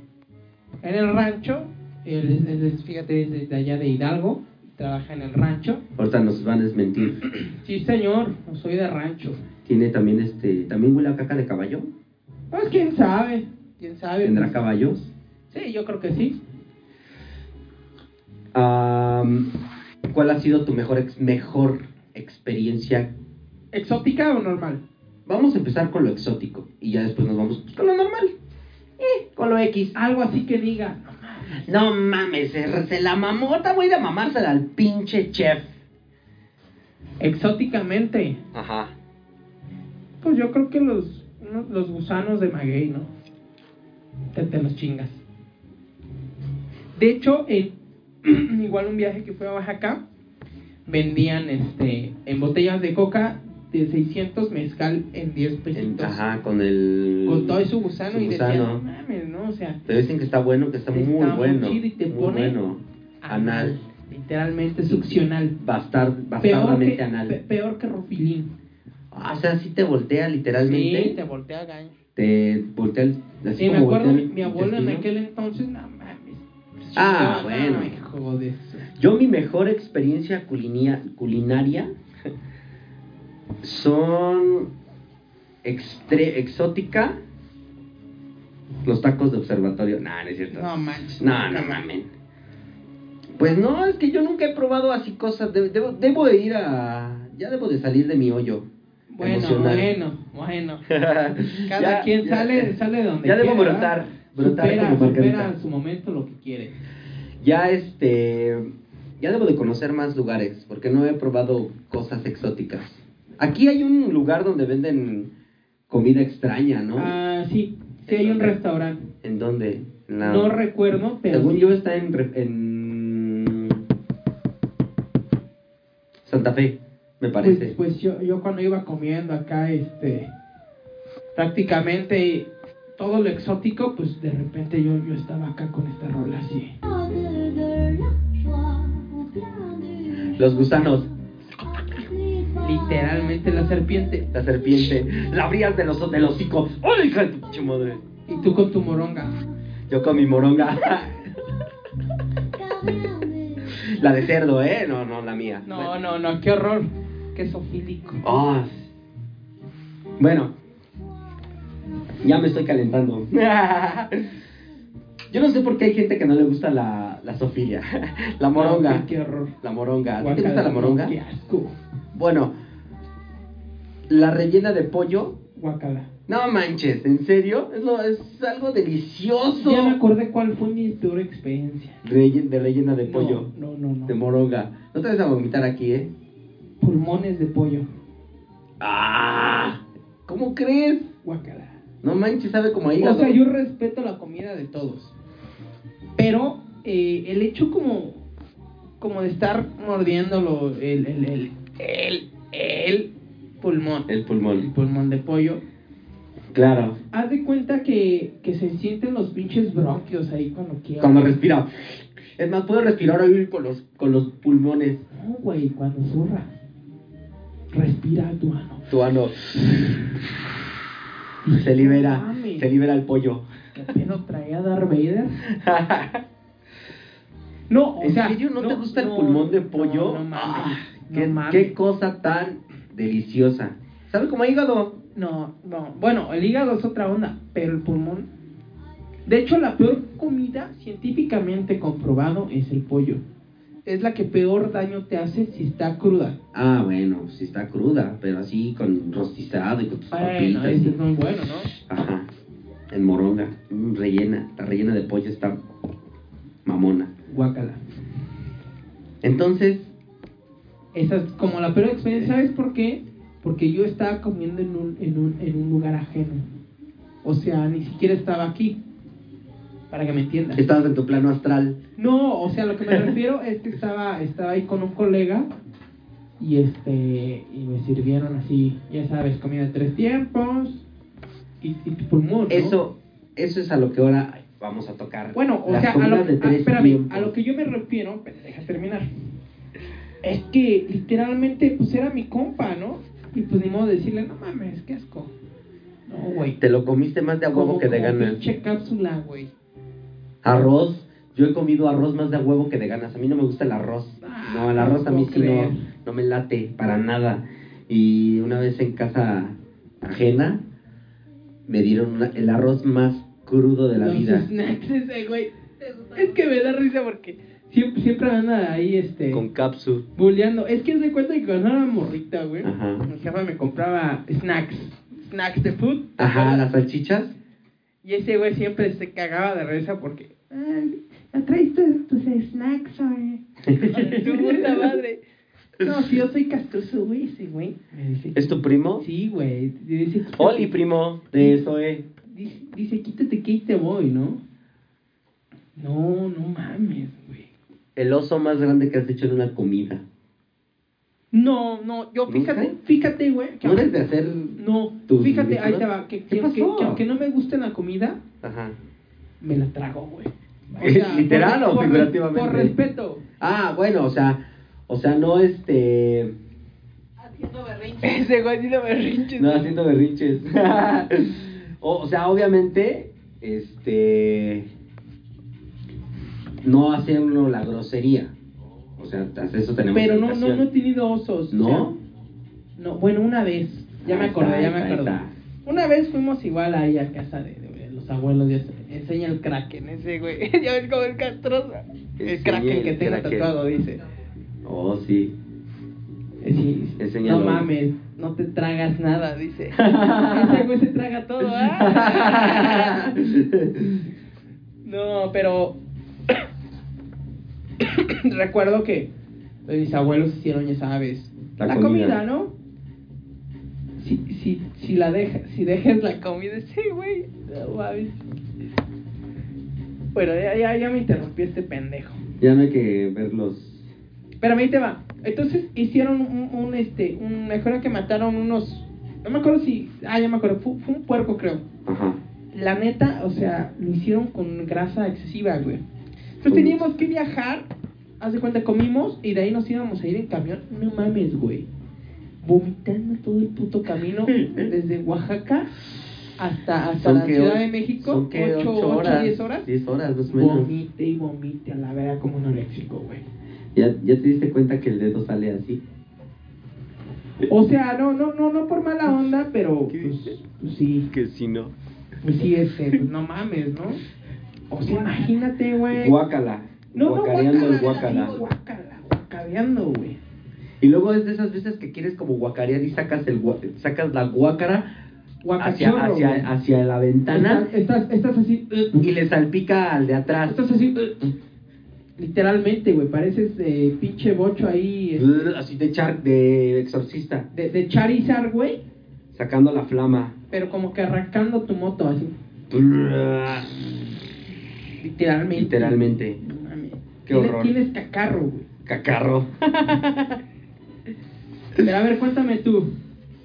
Speaker 3: en el rancho. Él, es- él es- fíjate, es de- de allá de Hidalgo. Trabaja en el rancho.
Speaker 1: Ahorita nos van a desmentir.
Speaker 3: Sí, señor, no soy de rancho.
Speaker 1: Tiene también este. ¿También huele a caca de caballo?
Speaker 3: Pues quién sabe, quién sabe.
Speaker 1: ¿Tendrá
Speaker 3: pues.
Speaker 1: caballos?
Speaker 3: Sí, yo creo que sí.
Speaker 1: Am, ¿Cuál ha sido tu mejor, ex- mejor experiencia?
Speaker 3: ¿Exótica o normal?
Speaker 1: Vamos a empezar con lo exótico y ya después nos vamos pues, con lo normal. Eh, con lo X.
Speaker 3: Algo así que diga.
Speaker 1: No mames, se, se la mamota, voy a ir a mamársela al pinche chef.
Speaker 3: Exóticamente.
Speaker 1: Ajá.
Speaker 3: Pues yo creo que los, uno- los gusanos de maguey, ¿no? Te, te los chingas. De hecho, en igual un viaje que fue a Oaxaca, vendían este en botellas de coca de 600 mezcal en 10
Speaker 1: En-
Speaker 3: pesitos.
Speaker 1: ajá, con el.
Speaker 3: Pues, Con todo y su gusano
Speaker 1: su
Speaker 3: y decían,
Speaker 1: gusano.
Speaker 3: no mames, ¿no? O sea,
Speaker 1: Te dicen que está bueno, que está,
Speaker 3: Está
Speaker 1: muy
Speaker 3: muy
Speaker 1: bueno.
Speaker 3: chido y te
Speaker 1: muy
Speaker 3: pone
Speaker 1: bueno. Anal.
Speaker 3: Literalmente succional.
Speaker 1: Bastar,
Speaker 3: Peor que,
Speaker 1: bastardamente anal.
Speaker 3: pe- peor que Rufilín.
Speaker 1: Ah, o sea, sí te voltea literalmente.
Speaker 3: Sí, te voltea gancho.
Speaker 1: te voltea el- así
Speaker 3: Sí, me
Speaker 1: como
Speaker 3: acuerdo, mi,
Speaker 1: voltea el
Speaker 3: mi abuelo en
Speaker 1: intestino.
Speaker 3: aquel entonces, no mames.
Speaker 1: Ah,
Speaker 3: chingaba,
Speaker 1: bueno.
Speaker 3: no, hijo de su-
Speaker 1: Yo mi mejor experiencia culinia- culinaria son extre- exótica los tacos de observatorio. No, no es cierto.
Speaker 3: No manches.
Speaker 1: No, no mamen. Pues no, es que yo nunca he probado así cosas. de- debo, debo de ir a... Ya debo de salir de mi hoyo.
Speaker 3: Bueno,
Speaker 1: emocional.
Speaker 3: bueno, bueno.
Speaker 1: Cada
Speaker 3: Cada quien sale, sale de donde
Speaker 1: Ya
Speaker 3: quiera.
Speaker 1: debo brotar. Brotar
Speaker 3: supera,
Speaker 1: como margarita.
Speaker 3: supera en su momento lo que quiere.
Speaker 1: Ya este. Ya debo de conocer más lugares, porque no he probado cosas exóticas. Aquí hay un lugar donde venden comida extraña, ¿no?
Speaker 3: Ah, sí, sí hay un restaurante.
Speaker 1: ¿En dónde? En la-
Speaker 3: No recuerdo, pero
Speaker 1: Según
Speaker 3: sí.
Speaker 1: yo está en, re- en Santa Fe, me
Speaker 3: Pues,
Speaker 1: parece.
Speaker 3: pues yo, yo cuando iba comiendo acá, este, prácticamente todo lo exótico, pues de repente yo, yo estaba acá con esta rola así.
Speaker 1: Los gusanos,
Speaker 3: Literalmente la serpiente.
Speaker 1: la serpiente, la abrías de los del hocico. ¡Ay, hija de tu pinche madre!
Speaker 3: Y tú con tu moronga.
Speaker 1: Yo con mi moronga. la de cerdo, ¿eh? No, no, la mía.
Speaker 3: No, no, no, qué horror. Queso fílico.
Speaker 1: Ah. Bueno, ya me estoy calentando. Yo no sé por qué hay gente que no le gusta la, la sofilia, la moronga.
Speaker 3: No, qué, qué horror.
Speaker 1: La moronga. ¿A ti te
Speaker 3: Guácala,
Speaker 1: gusta la
Speaker 3: no,
Speaker 1: moronga?
Speaker 3: Qué asco.
Speaker 1: Bueno, la rellena de pollo.
Speaker 3: Guacala.
Speaker 1: No manches, ¿en serio? Es, lo- es algo delicioso.
Speaker 3: Ya me acordé cuál fue mi peor experiencia.
Speaker 1: Relle- de rellena de
Speaker 3: No,
Speaker 1: pollo,
Speaker 3: No, no, no.
Speaker 1: de moronga. No te vas a vomitar aquí, ¿eh?
Speaker 3: Pulmones de pollo.
Speaker 1: ¡Ah! ¿Cómo crees?
Speaker 3: Guacala.
Speaker 1: No manches, sabe como a
Speaker 3: O
Speaker 1: hígado.
Speaker 3: sea, yo respeto la comida de todos. Pero eh, el hecho como, como de estar mordiéndolo el, el, el, el, el pulmón.
Speaker 1: El
Speaker 3: El
Speaker 1: pulmón.
Speaker 3: pulmón de pollo.
Speaker 1: Claro.
Speaker 3: Haz de cuenta que, que se sienten los pinches bronquios ahí cuando quieras.
Speaker 1: Cuando respira. Es más, puedo respirar hoy con los, con los pulmones.
Speaker 3: No, güey, cuando zurra. Respira tu mano.
Speaker 1: Tu ano. Se
Speaker 3: No
Speaker 1: libera.
Speaker 3: mames.
Speaker 1: Se libera el pollo.
Speaker 3: ¿Qué pedo traía Darth Vader? No, o
Speaker 1: ¿En
Speaker 3: sea,
Speaker 1: serio no, te gusta el
Speaker 3: no,
Speaker 1: pulmón de
Speaker 3: no,
Speaker 1: pollo?
Speaker 3: No, mames.
Speaker 1: Ah,
Speaker 3: no
Speaker 1: qué,
Speaker 3: mames.
Speaker 1: qué cosa tan deliciosa. ¿Sabe cómo a hígado?
Speaker 3: No, no. Bueno, el hígado es otra onda, pero el pulmón. De hecho, la peor comida científicamente comprobado es el pollo. Es la que peor daño te hace si está cruda.
Speaker 1: Ah, bueno, si está cruda, pero así con rostizado y con tus
Speaker 3: Bueno,
Speaker 1: papitas.
Speaker 3: ese
Speaker 1: y-
Speaker 3: es muy bueno, ¿no?
Speaker 1: Ajá. En moronga. Mm, rellena. La rellena de pollo está mamona.
Speaker 3: Guácala.
Speaker 1: Entonces,
Speaker 3: Esa es como la peor experiencia. ¿Sabes por qué? Porque yo estaba comiendo en un, en un, en un lugar ajeno. O sea, ni siquiera estaba aquí. Para que me entiendas.
Speaker 1: estabas en tu plano astral.
Speaker 3: No, o sea, lo que me refiero es que estaba, estaba ahí con un colega y este y me sirvieron así, ya sabes, comida de tres tiempos y, y tu pulmón. ¿no?
Speaker 1: Eso, eso es a lo que ahora vamos a tocar.
Speaker 3: Bueno, o
Speaker 1: Las
Speaker 3: sea, a lo,
Speaker 1: comidas de
Speaker 3: ah,
Speaker 1: tres
Speaker 3: espérame,
Speaker 1: tiempos.
Speaker 3: a lo que yo me refiero, pero deja terminar. Es que literalmente pues era mi compa, ¿no? Y pues ni modo de decirle, "No mames, qué asco." No, güey.
Speaker 1: Te lo comiste más de a huevo
Speaker 3: Como-
Speaker 1: que de
Speaker 3: como
Speaker 1: ganas.
Speaker 3: Pinche cápsula, güey.
Speaker 1: Arroz. Yo he comido arroz más de a huevo que de ganas. A mí no me gusta el arroz.
Speaker 3: Ah,
Speaker 1: No, el arroz a
Speaker 3: no
Speaker 1: mí sí no,
Speaker 3: creo.
Speaker 1: no me late para nada. Y una vez en casa ajena me dieron una- el arroz más crudo de la
Speaker 3: Los
Speaker 1: vida.
Speaker 3: snacks ese, güey. Es que me da risa porque siempre, siempre anda ahí, este...
Speaker 1: Con capsu.
Speaker 3: Bulleando. Es que se cuenta que cuando era morrita, güey,
Speaker 1: Ajá.
Speaker 3: mi jefa me compraba snacks. Snacks de food.
Speaker 1: Ajá, las salchichas.
Speaker 3: Y ese güey siempre se cagaba de risa porque. Ay, ¿ya traes tus, tus snacks, güey? tu puta madre. No, si yo soy castroso, güey, ese güey. Me dice.
Speaker 1: ¿Es tu primo?
Speaker 3: Sí, güey. Dice, quítate-
Speaker 1: Oli, primo. De Zoe.
Speaker 3: dice, dice, quítate que ahí te voy, ¿no? No, no mames, güey.
Speaker 1: El oso más grande que has hecho en una comida.
Speaker 3: No, no, yo fíjate,
Speaker 1: ¿Nunca?
Speaker 3: fíjate, güey. que
Speaker 1: ¿No eres de hacer...?
Speaker 3: No,
Speaker 1: ¿Tus
Speaker 3: fíjate, ahí
Speaker 1: ridículos?
Speaker 3: te va. Que,
Speaker 1: ¿Qué
Speaker 3: que- que-
Speaker 1: pasó?
Speaker 3: que aunque no me guste la comida,
Speaker 1: Ajá.
Speaker 3: me la trago, güey. O
Speaker 1: ¿Es
Speaker 3: sea,
Speaker 1: literal
Speaker 3: por-
Speaker 1: o
Speaker 3: por-
Speaker 1: figurativamente?
Speaker 3: Por respeto.
Speaker 1: Ah, bueno, o sea... O sea, no este...
Speaker 5: Haciendo berrinche.
Speaker 3: Ese güey sí lo berrinche.
Speaker 1: No, haciendo berrinches. o, o sea, obviamente, este. No hacerlo la grosería. O sea, hasta eso tenemos.
Speaker 3: Pero no, no,
Speaker 1: educación.
Speaker 3: no he tenido osos. o
Speaker 1: ¿No?
Speaker 3: sea, no, bueno, una vez. Ya me
Speaker 1: Ahí
Speaker 3: acordé,
Speaker 1: está,
Speaker 3: ya me
Speaker 1: ahí
Speaker 3: acordé.
Speaker 1: está, ahí
Speaker 3: Una vez fuimos igual ahí a casa de, de los abuelos. Ya se- enseña el kraken ese güey. ya ves cómo es castroso. El
Speaker 1: Enseña
Speaker 3: kraken
Speaker 1: el
Speaker 3: que tenga
Speaker 1: Kraken.
Speaker 3: tatuado, dice.
Speaker 1: está. Oh, sí.
Speaker 3: Eh, sí,
Speaker 1: Enséñalo.
Speaker 3: No mames, no te tragas nada, dice. ese Este güey se traga todo, ¿ah? No, pero recuerdo que mis abuelos hicieron, ya sabes,
Speaker 1: La
Speaker 3: la,
Speaker 1: comida.
Speaker 3: comida. ¿no? Si, si, si la dejas, si dejas la comida, sí, güey. no mames. Bueno, ya, ya, ya me interrumpió este pendejo.
Speaker 1: ya no hay que verlos.
Speaker 3: Pero ahí te va. Entonces hicieron un, un, este, un, me acuerdo que mataron unos, no me acuerdo si, ah, ya me acuerdo, fue, fue un puerco creo.
Speaker 1: Ajá.
Speaker 3: La neta, o sea, lo hicieron con grasa excesiva, güey. Entonces
Speaker 1: Con-
Speaker 3: teníamos que viajar, haz de cuenta, comimos y de ahí nos íbamos a ir en camión. No mames, güey. Vomitando todo el puto camino desde Oaxaca hasta, hasta la
Speaker 1: que
Speaker 3: Ciudad
Speaker 1: o-
Speaker 3: de México.
Speaker 1: Son que
Speaker 3: ocho,
Speaker 1: 8
Speaker 3: ocho,
Speaker 1: horas.
Speaker 3: diez horas.
Speaker 1: 10 horas, más o menos.
Speaker 3: Vomite y vomite a la vera como un anoréxico, güey.
Speaker 1: ¿Ya, ¿Ya te diste cuenta que el dedo sale así?
Speaker 3: O sea, no, no, no, no por mala onda, pero
Speaker 1: ¿Qué
Speaker 3: pues,
Speaker 1: dices?
Speaker 3: pues sí,
Speaker 1: Que si no.
Speaker 3: pues sí, este, pues no mames, ¿no? O sea, imagínate, güey.
Speaker 1: Guácala.
Speaker 3: No, no,
Speaker 1: guacareando el
Speaker 3: guácala,
Speaker 1: guácala.
Speaker 3: sí, guácala, guacareando, güey.
Speaker 1: Y luego es de esas veces que quieres como guacarear y sacas el gua- sacas la guácara hacia,
Speaker 3: Guacachorro, güey.
Speaker 1: hacia, hacia la ventana
Speaker 3: Estás, estás, estás así, eh,
Speaker 1: y le salpica al de atrás.
Speaker 3: estás así, eh, literalmente, güey, pareces eh, pinche bocho ahí, eh,
Speaker 1: Brr, Así de char de exorcista,
Speaker 3: de, de Charizard, güey,
Speaker 1: sacando la flama.
Speaker 3: pero como que arrancando tu moto, así,
Speaker 1: Brr,
Speaker 3: literalmente.
Speaker 1: Literalmente.
Speaker 3: No mames.
Speaker 1: Qué
Speaker 3: Tienes-
Speaker 1: horror.
Speaker 3: Tienes cacarro, güey.
Speaker 1: Cacarro.
Speaker 3: Pero a ver, cuéntame tú.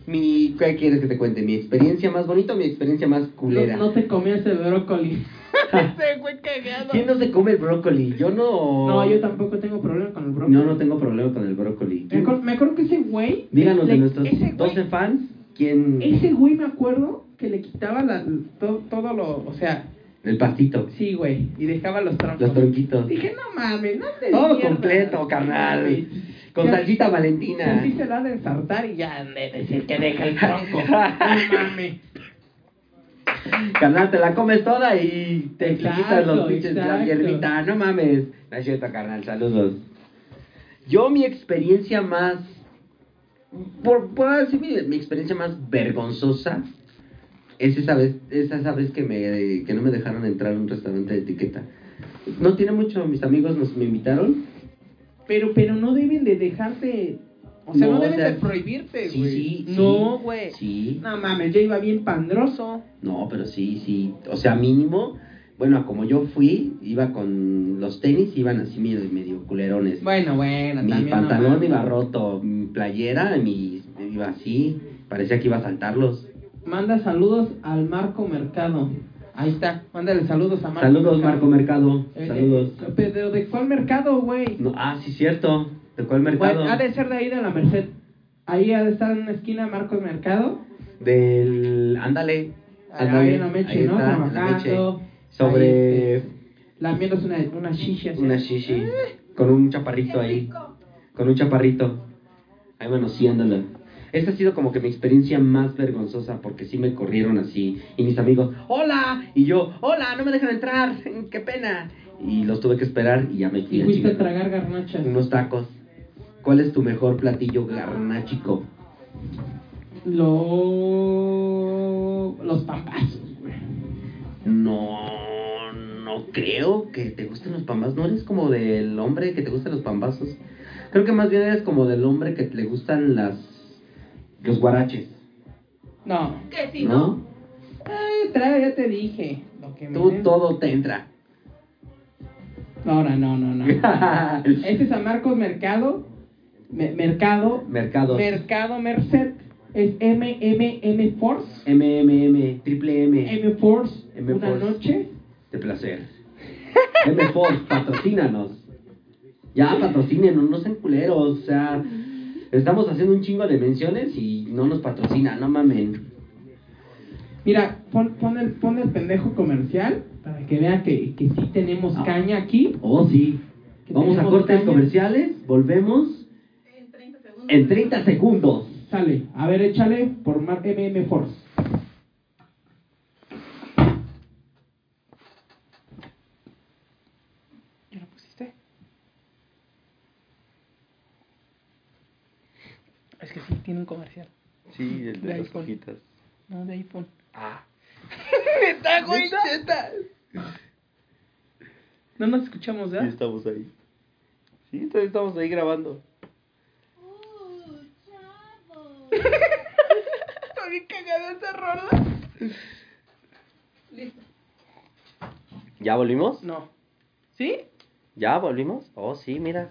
Speaker 1: Mi, ¿Qué quieres que te cuente? ¿Mi experiencia más bonita o mi experiencia más culera?
Speaker 3: No, no te comías el brócoli.
Speaker 5: Ese güey cagado.
Speaker 1: ¿Quién no se come el brócoli? Yo no.
Speaker 3: No, yo tampoco tengo problema con el brócoli.
Speaker 1: No, no tengo problema con el brócoli.
Speaker 3: Me, acuer- me acuerdo que ese güey.
Speaker 1: Díganos de
Speaker 3: le-
Speaker 1: nuestros
Speaker 3: ese güey-
Speaker 1: 12 fans, ¿quién?
Speaker 3: Ese güey me acuerdo que le quitaba la, todo, todo lo. O sea,
Speaker 1: El pastito.
Speaker 3: sí, güey. Y dejaba los troncos.
Speaker 1: Los tronquitos.
Speaker 3: Dije, no mames, no te
Speaker 1: Todo completo, carnal. Con salsita valentina.
Speaker 3: Así Pues se la de ensartar y ya de decir que deja el tronco. no mames.
Speaker 1: Carnal, te la comes toda y te
Speaker 3: Exacto,
Speaker 1: quitas los pinches de la
Speaker 3: exacto.
Speaker 1: hierbita. No mames. No es cierto, carnal. Saludos. Yo, mi experiencia más. Por, por decir mi, mi experiencia más vergonzosa es esa vez, es esa vez que, me, que no me dejaron entrar a un restaurante de etiqueta. No tiene mucho, mis amigos nos me invitaron.
Speaker 3: Pero, pero no deben de dejarte. O sea, no,
Speaker 1: No, o
Speaker 3: deben
Speaker 1: sea,
Speaker 3: de prohibirte,
Speaker 1: sí,
Speaker 3: güey.
Speaker 1: sí, sí.
Speaker 3: No, güey.
Speaker 1: Sí.
Speaker 3: No mames, yo iba bien pandroso.
Speaker 1: No, pero sí, sí. O sea, mínimo. Bueno, como yo fui, iba con los tenis, iban así medio, medio culerones.
Speaker 3: Bueno, bueno,
Speaker 1: mi
Speaker 3: también.
Speaker 1: pantalón
Speaker 3: no
Speaker 1: iba
Speaker 3: mames.
Speaker 1: roto, mi playera, mi, iba así. Parecía que iba a saltarlos.
Speaker 3: Manda saludos al Marco Mercado. Ahí está, mándale saludos a Marco.
Speaker 1: Saludos, Marco Mercado.
Speaker 3: Eh, eh,
Speaker 1: Saludos.
Speaker 3: pero ¿de cuál mercado, güey?
Speaker 1: No, ah, sí, cierto. ¿De cuál mercado?
Speaker 3: Bueno, ha de ser de ahí de la Merced. Ahí ha de estar en una esquina Marco Mercado.
Speaker 1: Del. Ándale. Ándale,
Speaker 3: Ah, Ahí en la meche,
Speaker 1: Ah, ahí
Speaker 3: ¿no?
Speaker 1: está, en la
Speaker 3: Trabajando.
Speaker 1: Sobre
Speaker 3: ahí, este, lamiéndose una, una shisha.
Speaker 1: una
Speaker 3: ¿sí?
Speaker 1: shishi con un chaparrito ahí. Con un chaparrito. Ahí manoseándola. Esta ha sido como que mi experiencia más vergonzosa porque sí me corrieron así. Y mis amigos, ¡Hola! Y yo, ¡Hola! ¡No me dejan entrar! ¡Qué pena! Y los tuve que esperar y ya me fui
Speaker 3: Y
Speaker 1: a
Speaker 3: fuiste a
Speaker 1: chingar.
Speaker 3: tragar garnachas.
Speaker 1: Unos tacos. ¿Cuál es tu mejor platillo garnachico?
Speaker 3: Lo... Los pambazos, güey.
Speaker 1: No, no creo que te gusten los pambazos. No eres como del hombre que te gustan los pambazos. Creo que más bien eres como del hombre que le gustan las los guaraches.
Speaker 3: No.
Speaker 5: Que si no,
Speaker 1: ¿No?
Speaker 3: Ay, trae, ya te dije. Lo que me
Speaker 1: Tú
Speaker 3: den.
Speaker 1: todo te entra.
Speaker 3: No, no, no, no. no. este es a Marcos Mercado. Me- mercado.
Speaker 1: Mercados.
Speaker 3: Mercado Merced. Es MMM Force.
Speaker 1: MMM, triple M.
Speaker 3: M Force.
Speaker 1: M
Speaker 3: Una
Speaker 1: Force.
Speaker 3: noche.
Speaker 1: De placer. M Force, patrocínanos. Ya, patrocínenos, no sean culeros. O sea, estamos haciendo un chingo de menciones y no nos patrocinan, no mamen.
Speaker 3: Mira, pon, pon, el, pon el pendejo comercial para que vea que, que sí tenemos
Speaker 1: Ah.
Speaker 3: caña aquí.
Speaker 1: Oh, sí.
Speaker 3: Que
Speaker 1: Vamos a
Speaker 3: tenemos
Speaker 1: cortes
Speaker 3: caña.
Speaker 1: comerciales, volvemos
Speaker 5: en 30 segundos.
Speaker 1: en 30 segundos.
Speaker 3: Sale. A ver, échale por Mar MM Force.
Speaker 2: ¿Ya lo pusiste? Es que sí, tiene un comercial.
Speaker 6: Sí, el
Speaker 2: De
Speaker 6: de las
Speaker 2: iPhone.
Speaker 6: hojitas.
Speaker 2: No, de iPhone.
Speaker 6: Ah.
Speaker 2: ¡Neta, güey! ¡Neta! No nos escuchamos,
Speaker 6: Y
Speaker 2: ¿verdad?
Speaker 6: estamos ahí. Sí, todavía estamos ahí grabando.
Speaker 5: Uh, chavo.
Speaker 2: Está bien cagada esa rola.
Speaker 5: Listo.
Speaker 6: ¿Ya volvimos?
Speaker 2: No. ¿Sí?
Speaker 6: ¿Ya volvimos? Oh, sí, mira.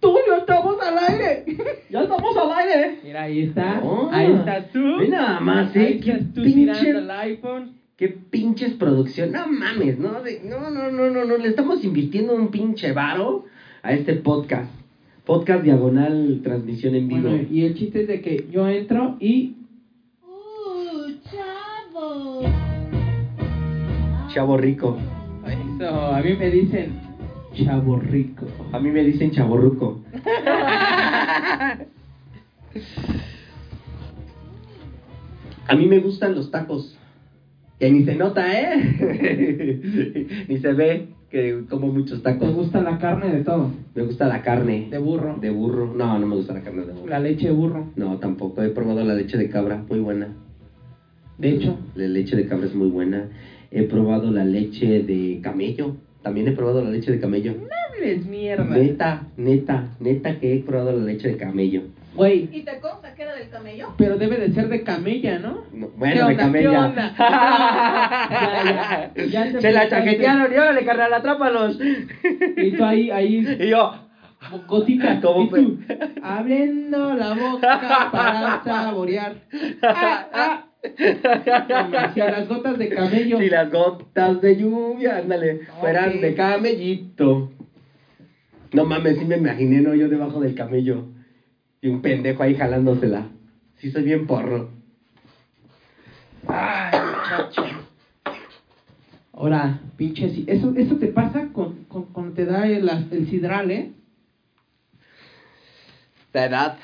Speaker 2: ¡Tú no estamos al aire!
Speaker 1: Ya estamos al aire.
Speaker 3: Mira, ahí está.
Speaker 1: No.
Speaker 3: Ahí estás tú.
Speaker 1: Oh. Ve nada más, ¿eh?
Speaker 2: Ahí
Speaker 1: Qué
Speaker 2: estás tú tirando el
Speaker 1: pinche,
Speaker 2: iPhone.
Speaker 1: qué pinches producción. No mames, no, de- no, no, no, no, no. Le estamos invirtiendo un pinche varo a este podcast. Podcast diagonal transmisión en vivo.
Speaker 3: Bueno, y el chiste es de que yo entro y
Speaker 5: Uh, chavo.
Speaker 1: Chavo rico.
Speaker 3: eso, a mí me dicen chavo rico.
Speaker 1: A mí me dicen chaborruco. A mí me gustan los tacos. Que ni se nota, ¿eh? ni se ve que como muchos
Speaker 3: ¿Te
Speaker 1: tacos.
Speaker 3: gusta la carne de todo?
Speaker 1: Me gusta la carne.
Speaker 3: De burro.
Speaker 1: De burro. No, no me gusta la carne de burro.
Speaker 3: La leche de burro.
Speaker 1: No, tampoco. He probado la leche de cabra. Muy buena.
Speaker 3: De hecho,
Speaker 1: La leche de cabra es muy buena. He probado la leche de camello. También he probado la leche de camello.
Speaker 2: ¡Hables mierda!
Speaker 1: Neta, neta, neta que he probado la leche de camello.
Speaker 3: güey,
Speaker 5: ¿Y te consta que era del camello?
Speaker 3: pero debe de ser de camella, ¿no?
Speaker 1: No,
Speaker 3: ¿Qué
Speaker 1: bueno, de
Speaker 3: onda? ¿Qué
Speaker 1: camella.
Speaker 3: onda? Ya, ya, ya te
Speaker 1: Se la
Speaker 3: picaste.
Speaker 1: chaquetearon, y órale, carnal, atrápalos.
Speaker 3: Y tú ahí, ahí,
Speaker 1: Y yo,
Speaker 3: gotita.
Speaker 1: ¿Cómo
Speaker 3: y tú, abriendo la boca para saborear. Ah, ah. Como si a las gotas de camello.
Speaker 1: si las gotas de lluvia, ándale, fueran
Speaker 3: Ok.
Speaker 1: de camellito. No mames, sí me imaginé, ¿no? Yo debajo del camello. Y un pendejo ahí jalándosela. Sí, soy bien porro.
Speaker 3: Ahora, pinche, si- eso, eso te pasa con, con, con te da el, el sidral, ¿eh?
Speaker 1: La edad,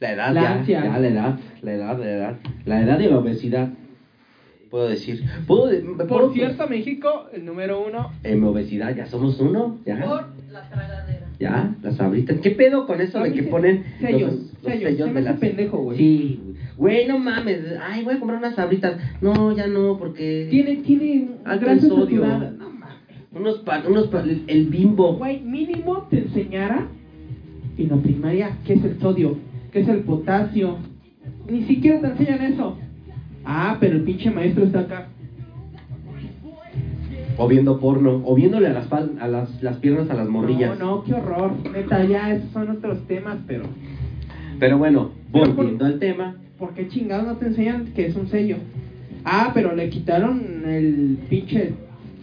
Speaker 1: la edad,
Speaker 3: La
Speaker 1: ya,
Speaker 3: ansia.
Speaker 1: ya, la edad, la edad, la edad. La edad de la obesidad, puedo decir. Puedo, de- puedo-
Speaker 2: Por cierto, México, el número uno.
Speaker 1: En obesidad, ya somos uno,
Speaker 3: ¿Eh?
Speaker 1: ya.
Speaker 5: Por la tragadera.
Speaker 1: Ya, las abritas. ¿Qué pedo con eso de que ponen
Speaker 3: sellos,
Speaker 1: los, los
Speaker 3: sellos,
Speaker 1: sellos
Speaker 3: se me
Speaker 1: de
Speaker 3: hace
Speaker 1: las...
Speaker 3: pendejo, güey.
Speaker 1: Sí, güey, no mames. Ay, voy a comprar unas sabritas. No, ya no, porque...
Speaker 3: Tiene, tiene
Speaker 1: Alto
Speaker 3: grasas
Speaker 1: en sodio.
Speaker 3: saturadas. No mames.
Speaker 1: Unos pan, unos pa- el, el bimbo.
Speaker 3: Güey, mínimo te enseñara en la primaria qué es el sodio, qué es el potasio. Ni siquiera te enseñan eso. Ah, pero el pinche maestro está acá.
Speaker 1: O viendo porno, o viéndole a las, pal- a las, las piernas a las morrillas.
Speaker 3: No, no, qué horror. Neta, ya esos son otros temas, pero
Speaker 1: Pero bueno,
Speaker 3: Pero por-
Speaker 1: volviendo al tema.
Speaker 3: ¿por qué chingados no te enseñan que es un sello? Ah, pero le quitaron el pinche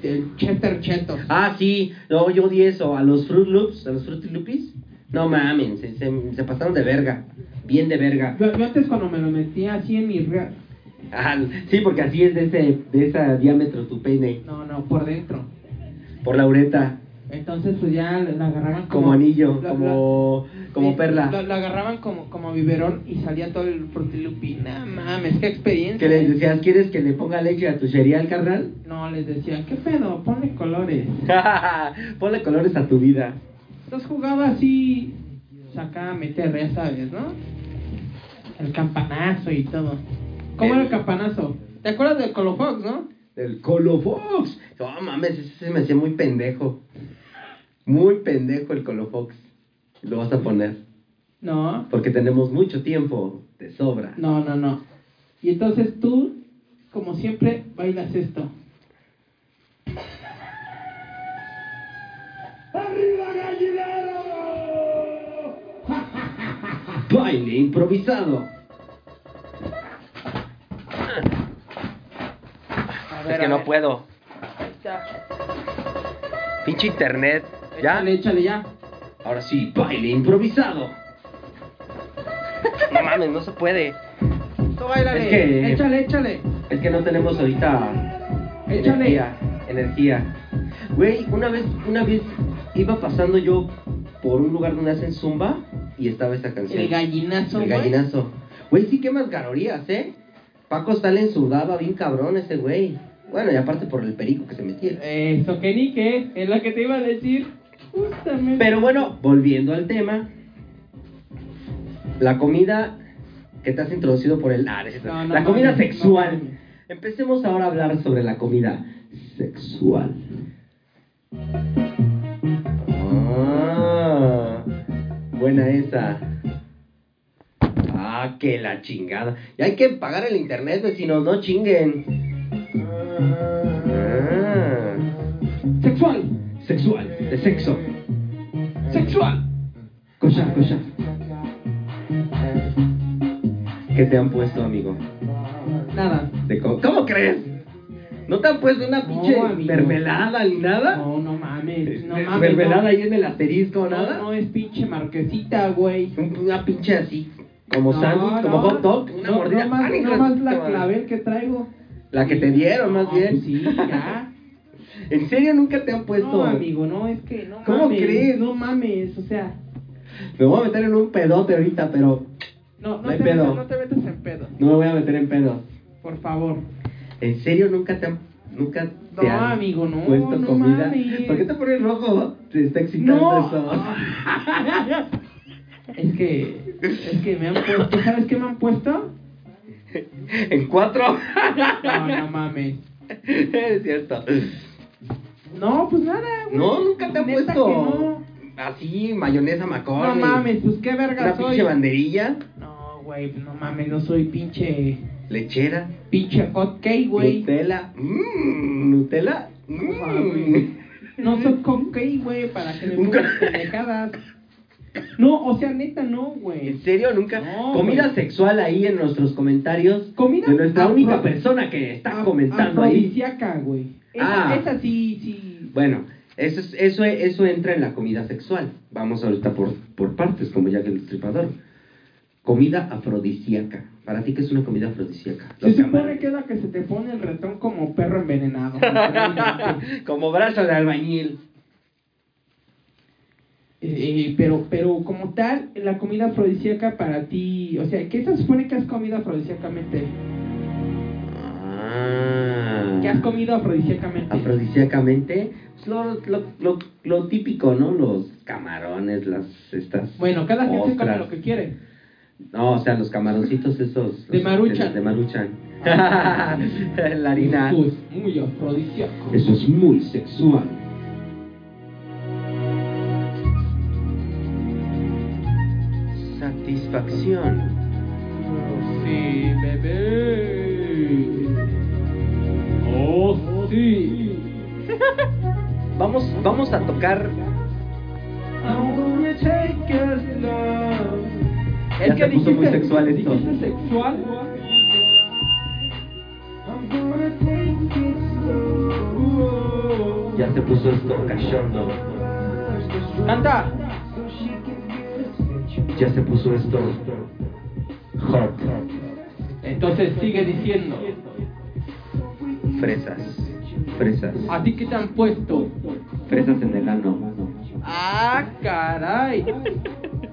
Speaker 3: el cheddar chetos.
Speaker 1: Ah, sí, no, yo odié eso. A los Fruit Loops, a los Fruity Loopies. No mames, se, se, se pasaron de verga. Bien de verga.
Speaker 3: Yo, yo antes cuando me lo metía así en mi re-
Speaker 1: Ajá, Ah, sí, porque así es de ese de ese diámetro tu pene.
Speaker 3: No, no, por dentro.
Speaker 1: Por la ureta.
Speaker 3: Entonces, pues ya la agarraban como,
Speaker 1: Como anillo,
Speaker 3: la-
Speaker 1: como,
Speaker 3: Sí,
Speaker 1: como
Speaker 3: Lo,
Speaker 1: perla.
Speaker 3: lo agarraban como, como biberón y salía todo el frutilupina. Mames, qué experiencia.
Speaker 1: Que les decías, ¿quieres que le ponga leche a tu cereal, carnal?
Speaker 3: No, les decía, ¿qué pedo? Ponle colores.
Speaker 1: Ponle colores a tu vida.
Speaker 3: Entonces jugaba así, sacaba a meter, ya sabes, ¿no? El campanazo y todo. ¿Cómo era el campanazo? ¿Te acuerdas del Colofox, no?
Speaker 1: El Colo Fox. No mames, ese se me hacía muy pendejo. Muy pendejo el Colo Fox. Lo vas a poner.
Speaker 3: No,
Speaker 1: Porque tenemos mucho tiempo. Te sobra.
Speaker 3: no, no, no. Y entonces tú, como siempre, bailas esto.
Speaker 1: Baile improvisado.
Speaker 3: A
Speaker 6: Es que no puedo. Pinche internet. ¿Ya?
Speaker 3: ¿Ya? Échale, échale ya.
Speaker 1: Ahora sí, baile improvisado.
Speaker 6: No mames, no se puede.
Speaker 3: Tú bailale.
Speaker 1: Es que-
Speaker 3: Échale, échale.
Speaker 1: Es que no tenemos ahorita
Speaker 3: Échale.
Speaker 1: energía. Energía. Güey, una vez, una vez iba pasando yo por un lugar donde hacen zumba y estaba esa canción.
Speaker 3: El gallinazo,
Speaker 1: El
Speaker 3: güey.
Speaker 1: gallinazo. Güey, sí quemas calorías, ¿eh? Paco Stalin sudaba bien cabrón ese güey. Bueno, y aparte por el perico que se metía.
Speaker 3: Eh, Eso, que ni que es lo que te iba a decir. Justamente.
Speaker 1: Pero bueno, volviendo al tema. La comida que te has introducido por el... Ah, no es cierto.
Speaker 3: No, no,
Speaker 1: la
Speaker 3: no,
Speaker 1: comida
Speaker 3: no,
Speaker 1: sexual.
Speaker 3: no, no.
Speaker 1: Empecemos ahora a hablar sobre la comida sexual. Ah, buena esa. Ah, que la chingada. Y hay que pagar el internet, vecinos, no chinguen. Ah,
Speaker 3: Sexual.
Speaker 1: sexual, de sexo.
Speaker 3: Sexual.
Speaker 1: Cosa, cosa. ¿Qué te han puesto, amigo?
Speaker 3: Nada.
Speaker 1: De co- ¿Cómo crees? ¿No te han puesto una
Speaker 3: No,
Speaker 1: pinche
Speaker 3: amigo.
Speaker 1: mermelada ni nada?
Speaker 3: No, no mames. No
Speaker 1: Eh,
Speaker 3: mames.
Speaker 1: mermelada
Speaker 3: no.
Speaker 1: ahí en el asterisco,
Speaker 3: No,
Speaker 1: nada.
Speaker 3: No es pinche marquesita, güey.
Speaker 1: Un- Una pinche así, como
Speaker 3: No,
Speaker 1: sándwich, como
Speaker 3: no.
Speaker 1: hot dog, una
Speaker 3: No,
Speaker 1: mordida. ¡Ah,
Speaker 3: No más,
Speaker 1: ¡Ay,
Speaker 3: no más la
Speaker 1: cabrón!
Speaker 3: clavel que traigo.
Speaker 1: La que te dieron, más
Speaker 3: No,
Speaker 1: bien.
Speaker 3: Sí, ya.
Speaker 1: ¿En serio nunca te han puesto?
Speaker 3: No, amigo, no, es que no
Speaker 1: ¿Cómo
Speaker 3: mames,
Speaker 1: crees?
Speaker 3: No mames, o sea.
Speaker 1: Me voy a meter en un pedote ahorita, pero
Speaker 3: No, no,
Speaker 1: No hay
Speaker 3: te,
Speaker 1: pedo.
Speaker 3: metas, no te metas en pedo,
Speaker 1: no me voy a meter en pedos.
Speaker 3: por favor.
Speaker 1: ¿En serio nunca te han, nunca
Speaker 3: No,
Speaker 1: te han
Speaker 3: amigo, no,
Speaker 1: puesto
Speaker 3: no
Speaker 1: comida?
Speaker 3: mames.
Speaker 1: ¿Por qué te pones rojo? Te está excitando
Speaker 3: No.
Speaker 1: eso.
Speaker 3: Es que, es que me han puesto, ¿sabes qué me han puesto?
Speaker 1: en cuatro.
Speaker 3: No, no mames.
Speaker 1: es cierto.
Speaker 3: No, pues nada, güey.
Speaker 1: No, nunca te han
Speaker 3: Neta
Speaker 1: puesto
Speaker 3: que no.
Speaker 1: así mayonesa
Speaker 3: No
Speaker 1: McCormick.
Speaker 3: mames, pues qué verga
Speaker 1: Una pinche
Speaker 3: soy.
Speaker 1: banderilla,
Speaker 3: No, güey, no mames, no soy pinche,
Speaker 1: lechera,
Speaker 3: pinche hot cake, güey.
Speaker 1: Nutella. Mmm, Nutella.
Speaker 3: No
Speaker 1: mm.
Speaker 3: mames. No soy hot cake, güey, para que me pongas pendejadas. No, o sea, neta, no, güey.
Speaker 1: ¿En serio? Nunca.
Speaker 3: No,
Speaker 1: Comida
Speaker 3: güey.
Speaker 1: sexual ahí en nuestros comentarios.
Speaker 3: Comida
Speaker 1: De nuestra
Speaker 3: afro-
Speaker 1: única persona que está comentando ahí.
Speaker 3: Afrodisíaca, güey. Esa,
Speaker 1: Ah.
Speaker 3: esa sí, sí.
Speaker 1: Bueno, eso, es- eso, eso entra en la comida sexual. Vamos ahorita por, por partes, como ya que el estripador. Comida afrodisíaca. ¿Para ti qué es una comida afrodisíaca?
Speaker 3: Se
Speaker 1: Los
Speaker 3: supone
Speaker 1: camarones.
Speaker 3: que es la que se te pone el ratón como perro envenenado. naturalmente.
Speaker 1: Como brazo de albañil.
Speaker 3: Eh, pero, pero como tal, la comida afrodisíaca para ti, o sea, ¿qué se supone que has comido afrodisíacamente?
Speaker 1: Ah.
Speaker 3: ¿Qué has comido afrodisíacamente?
Speaker 1: Afrodisíacamente, pues, lo, lo, lo, lo típico, ¿no? Los camarones, las estas.
Speaker 3: bueno, cada quien se come
Speaker 1: ostras.
Speaker 3: lo que quiere.
Speaker 1: No, o sea, los camaroncitos esos.
Speaker 3: De
Speaker 1: los-
Speaker 3: Maruchan.
Speaker 1: De Maruchan. La harina.
Speaker 3: Eso es muy afrodisíaco.
Speaker 1: Eso es muy sexual. Satisfacción.
Speaker 3: Sí, bebé. Oh, sí.
Speaker 1: Vamos, vamos a tocar. Ya
Speaker 3: Es que
Speaker 1: se puso
Speaker 3: dijiste,
Speaker 1: muy sexual esto.
Speaker 3: dijiste sexual.
Speaker 1: Ya se puso esto cachondo.
Speaker 3: Canta.
Speaker 1: Ya se puso esto hot.
Speaker 4: Entonces sigue diciendo,
Speaker 1: Fresas. Fresas.
Speaker 4: ¿a ti qué te han puesto?
Speaker 1: Fresas en el ano.
Speaker 4: ¡Ah, caray!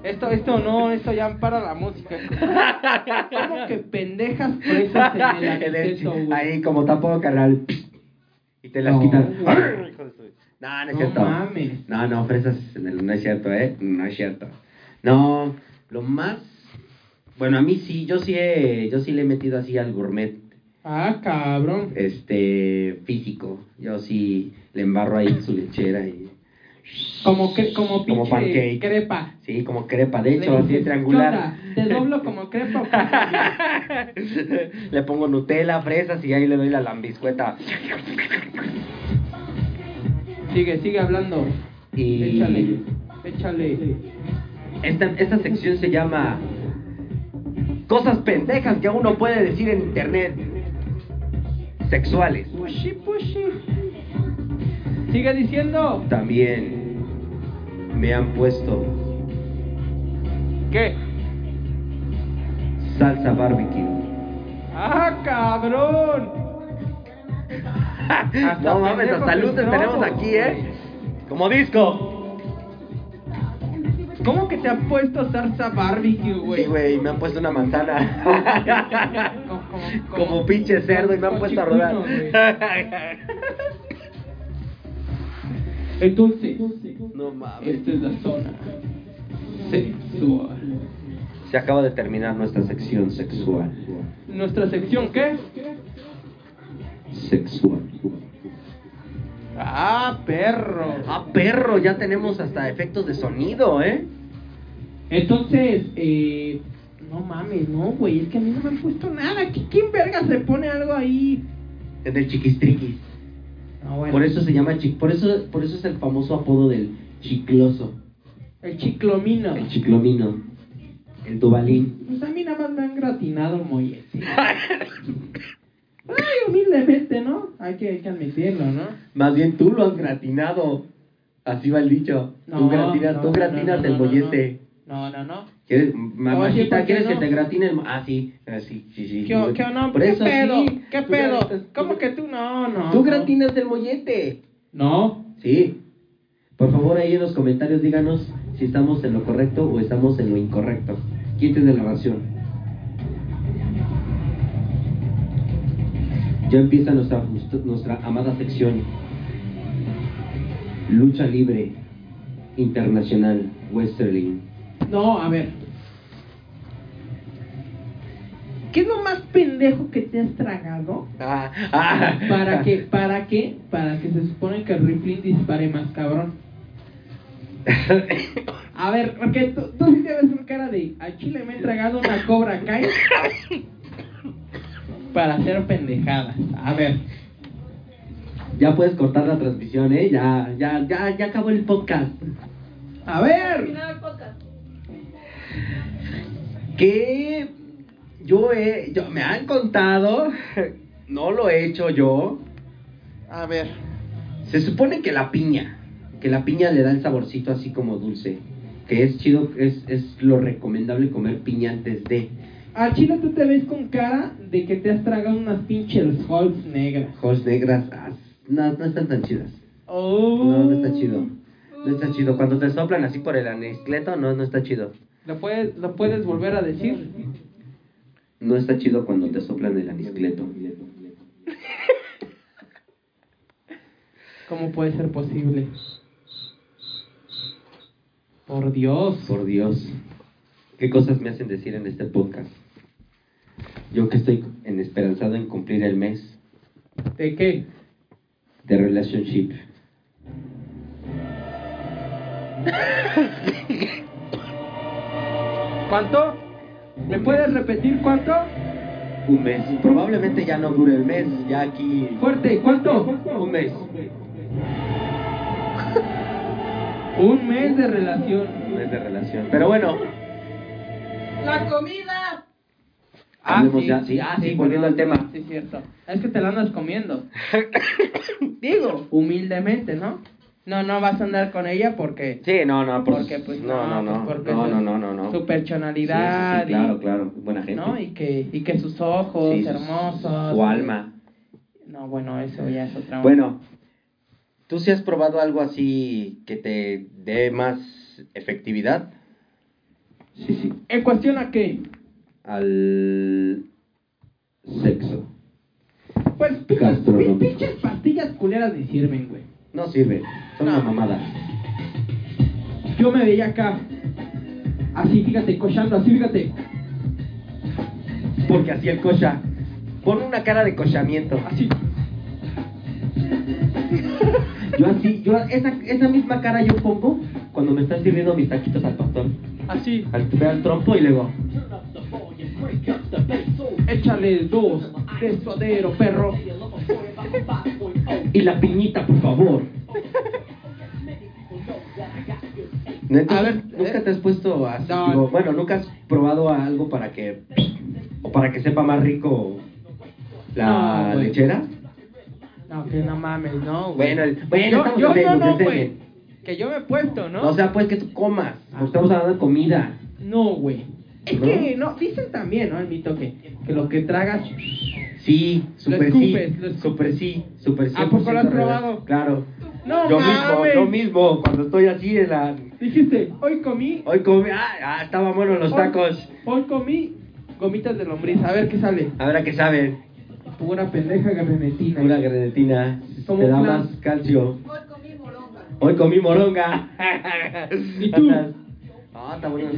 Speaker 4: Esto, esto no, esto ya para la música. ¿Cómo que pendejas presas en el
Speaker 1: En el
Speaker 4: acceso,
Speaker 1: chi-
Speaker 4: güey?
Speaker 1: ahí como tapo carnal. Y te las
Speaker 4: No,
Speaker 1: quitan.
Speaker 4: güey.
Speaker 1: Hijo de su- No, no es
Speaker 4: No
Speaker 1: cierto.
Speaker 4: mames.
Speaker 1: No, no, fresas en el- No es cierto, ¿eh? No es cierto. No, lo más... Bueno, a mí sí, yo sí, he, yo sí le he metido así al gourmet
Speaker 4: Ah, cabrón.
Speaker 1: este físico. Yo sí le embarro ahí su lechera y...
Speaker 4: Como, que, como
Speaker 1: Como
Speaker 4: pinche
Speaker 1: pancake.
Speaker 4: crepa.
Speaker 1: Sí, como crepa, de hecho,
Speaker 4: Le
Speaker 1: así
Speaker 4: dices,
Speaker 1: triangular.
Speaker 4: "¿Qué onda? ¿Te doblo como crepa o como-
Speaker 1: le pongo Nutella, fresas y ahí le doy la lambiscueta.
Speaker 4: Sigue, sigue hablando.
Speaker 1: Y
Speaker 4: Échale, échale.
Speaker 1: esta, esta sección se llama Cosas pendejas que uno puede decir en internet. Sexuales.
Speaker 4: Pushy, pushy. Sigue diciendo.
Speaker 1: También me han puesto
Speaker 4: ¿Qué?
Speaker 1: salsa barbecue.
Speaker 4: ¡Ah, cabrón!
Speaker 1: no mames, Ah,
Speaker 4: pendejos
Speaker 1: hasta luces tenemos
Speaker 4: entramos.
Speaker 1: aquí, ¿eh? Como disco.
Speaker 4: ¿Cómo que te han puesto salsa barbecue, güey?
Speaker 1: Sí, güey, me han puesto una manzana.
Speaker 4: Como,
Speaker 1: Como pinche cerdo y me han
Speaker 4: como
Speaker 1: puesto a
Speaker 4: chicuino,
Speaker 1: rodar.
Speaker 4: güey. Entonces,
Speaker 1: No mames.
Speaker 4: esta es la zona sexual.
Speaker 1: Se acaba de terminar nuestra sección sexual.
Speaker 4: ¿Nuestra sección qué?
Speaker 1: Sexual.
Speaker 4: ¡Ah, perro!
Speaker 1: Ah, perro, ya tenemos hasta efectos de sonido, ¿eh?
Speaker 3: Entonces, eh, no mames, no, güey, es que a mí no me han puesto nada. ¿Qui- ¿Quién verga se pone algo ahí?
Speaker 1: En el chiquistriquis.
Speaker 3: No, bueno.
Speaker 1: Por eso se llama chic, por eso, por eso es el famoso apodo del chicloso,
Speaker 3: El chiclomino.
Speaker 1: el chiclomino, el tubalín.
Speaker 3: Pues a mí nada más me han gratinado molles. Ay, humildemente, ¿no? Hay que, hay que admitirlo, ¿no?
Speaker 1: Más bien tú lo has gratinado. Así va el dicho.
Speaker 3: No,
Speaker 1: tú gratinas,
Speaker 3: no,
Speaker 1: tú
Speaker 3: no,
Speaker 1: gratinas
Speaker 3: no,
Speaker 1: el
Speaker 3: no,
Speaker 1: bollete.
Speaker 3: No, no, no.
Speaker 1: ¿Quieres, mamacita,
Speaker 3: ¿por qué
Speaker 1: quieres
Speaker 3: no?
Speaker 1: que te gratine el... mo- Ah, sí, ah, sí, sí, sí.
Speaker 3: ¿Qué, o- qué, o no?
Speaker 1: Por
Speaker 3: ¿Qué
Speaker 1: eso
Speaker 3: pedo?
Speaker 1: sí,
Speaker 3: ¿Qué
Speaker 1: tú
Speaker 3: pedo?
Speaker 1: gratinas-
Speaker 3: ¿Cómo que tú? No, no.
Speaker 1: Tú
Speaker 3: no.
Speaker 1: gratinas el mollete.
Speaker 3: No.
Speaker 1: Sí. Por favor, ahí en los comentarios díganos si estamos en lo correcto o estamos en lo incorrecto. ¿Quién tiene la razón? Ya empieza nuestra, justo- nuestra amada sección. Lucha libre internacional Westerling.
Speaker 3: No, a ver. ¿Qué es lo más pendejo que te has tragado? ¿Para que, para que, para que se supone que Ripley dispare más cabrón? A ver, porque tú, tú sí te ves con cara de, a Chile me he tragado una cobra Kai para hacer pendejadas. A ver,
Speaker 1: Ya puedes cortar la transmisión, ¿eh? Ya, ya, ya, ya acabó el podcast.
Speaker 3: a ver.
Speaker 2: Final del podcast.
Speaker 1: que yo he, yo- me han contado, no lo he hecho yo.
Speaker 4: A ver.
Speaker 1: Se supone que la piña, que la piña le da el saborcito así como dulce, que es chido, es, es lo recomendable comer piña antes de
Speaker 3: A Chile tú te ves con cara de que te has tragado unas pinches Halls negras.
Speaker 1: hojas negras. ah, No, no están tan chidas.
Speaker 3: Oh.
Speaker 1: No, no está chido. No está chido. Cuando te soplan así por el aniscleto, no, no está chido.
Speaker 4: ¿Lo puedes, ¿Lo puedes volver a decir?
Speaker 1: No está chido cuando te soplan el aniscleto.
Speaker 3: ¿Cómo puede ser posible? Por Dios.
Speaker 1: Por Dios, qué cosas me hacen decir en este podcast. Yo que estoy en esperanzado en cumplir el mes
Speaker 3: ¿De qué?
Speaker 1: de relationship.
Speaker 4: ¿Cuánto? ¿Me puedes repetir cuánto?
Speaker 1: Un mes. Probablemente ya no dure el mes, ya aquí.
Speaker 4: Fuerte, ¿cuánto?
Speaker 1: Un mes.
Speaker 4: Un mes de relación.
Speaker 1: Un mes de relación. Pero bueno,
Speaker 2: La comida.
Speaker 1: hablemos ya. Sí, ah, sí, volviendo al tema.
Speaker 4: Sí, cierto. Es que te la andas comiendo. Digo, humildemente, ¿no?
Speaker 3: No, no vas a andar con ella porque
Speaker 1: Sí, no, no, pues,
Speaker 3: Porque, pues,
Speaker 1: no, no,
Speaker 3: no,
Speaker 1: no,
Speaker 3: pues, porque
Speaker 1: no,
Speaker 3: eso
Speaker 1: no,
Speaker 3: es
Speaker 1: no, no, no.
Speaker 3: su
Speaker 1: Sí, sí, sí,
Speaker 3: personalidad y-
Speaker 1: claro, claro, buena gente.
Speaker 3: ¿no? Y que, y que sus ojos
Speaker 1: Sí, su-
Speaker 3: hermosos.
Speaker 1: Su alma.
Speaker 3: No, Ah, bueno, eso ya es otra
Speaker 1: Bueno, ¿tú si has probado algo así que te dé más efectividad
Speaker 7: Sí, sí.
Speaker 3: ¿En cuestión a qué?
Speaker 1: al
Speaker 7: Sexo.
Speaker 3: Pues pinches-
Speaker 7: Gastronómico.
Speaker 3: pinches pastillas culeras me sirven, güey.
Speaker 7: No sirve. Son
Speaker 3: No.
Speaker 7: una mamada.
Speaker 3: Yo me veía acá. Así, fíjate, cochando, así, fíjate.
Speaker 1: Porque así el cocha. Pon una cara de cochamiento.
Speaker 3: Así.
Speaker 7: Yo así, yo esa, esa misma cara yo pongo cuando me están sirviendo mis taquitos al pastor.
Speaker 3: Así.
Speaker 7: Al tupe al trompo y luego.
Speaker 3: Échale dos. De suadero, perro.
Speaker 7: Y la piñita, por favor.
Speaker 1: ¿No, entonces,
Speaker 3: A ver,
Speaker 1: nunca
Speaker 3: eh.
Speaker 1: te has puesto así.
Speaker 3: No.
Speaker 1: digo, bueno, nunca has probado algo para que. o para que sepa más rico la
Speaker 3: No, güey.
Speaker 1: lechera.
Speaker 3: No, que no mames, no, güey.
Speaker 1: Bueno, el- bueno,
Speaker 3: yo,
Speaker 1: estamos
Speaker 3: yo
Speaker 1: enfermos,
Speaker 3: no, no, güey.
Speaker 1: enfermos.
Speaker 3: Que yo me he puesto, ¿no?
Speaker 1: O sea, pues que tú comas.
Speaker 3: Ah.
Speaker 1: porque estamos hablando de comida.
Speaker 3: No, güey. Es
Speaker 1: ¿No?
Speaker 3: que no, dicen también, ¿no? El mito que, que lo que tragas.
Speaker 1: Sí, super
Speaker 3: escupes,
Speaker 1: sí.
Speaker 3: lo escupes.
Speaker 1: Super sí, super sí.
Speaker 3: ¿A poco lo has
Speaker 1: 100% realidad.
Speaker 3: probado?
Speaker 1: Claro.
Speaker 3: No
Speaker 1: yo
Speaker 3: mames.
Speaker 1: mismo, yo mismo, cuando estoy así en la.
Speaker 3: Dijiste, hoy comí.
Speaker 1: Hoy comí. Ah, ah, estaban buenos los
Speaker 3: hoy-
Speaker 1: tacos.
Speaker 3: Hoy, comí gomitas de lombriz. A ver qué sale.
Speaker 1: A ver a qué saben.
Speaker 3: Pura pendeja grenetina.
Speaker 1: Una grenetina.
Speaker 3: Como
Speaker 1: Te da
Speaker 3: flan.
Speaker 1: más calcio.
Speaker 2: Hoy comí moronga.
Speaker 1: Hoy comí moronga.
Speaker 3: ¿Y tú?
Speaker 1: Ah, está bueno.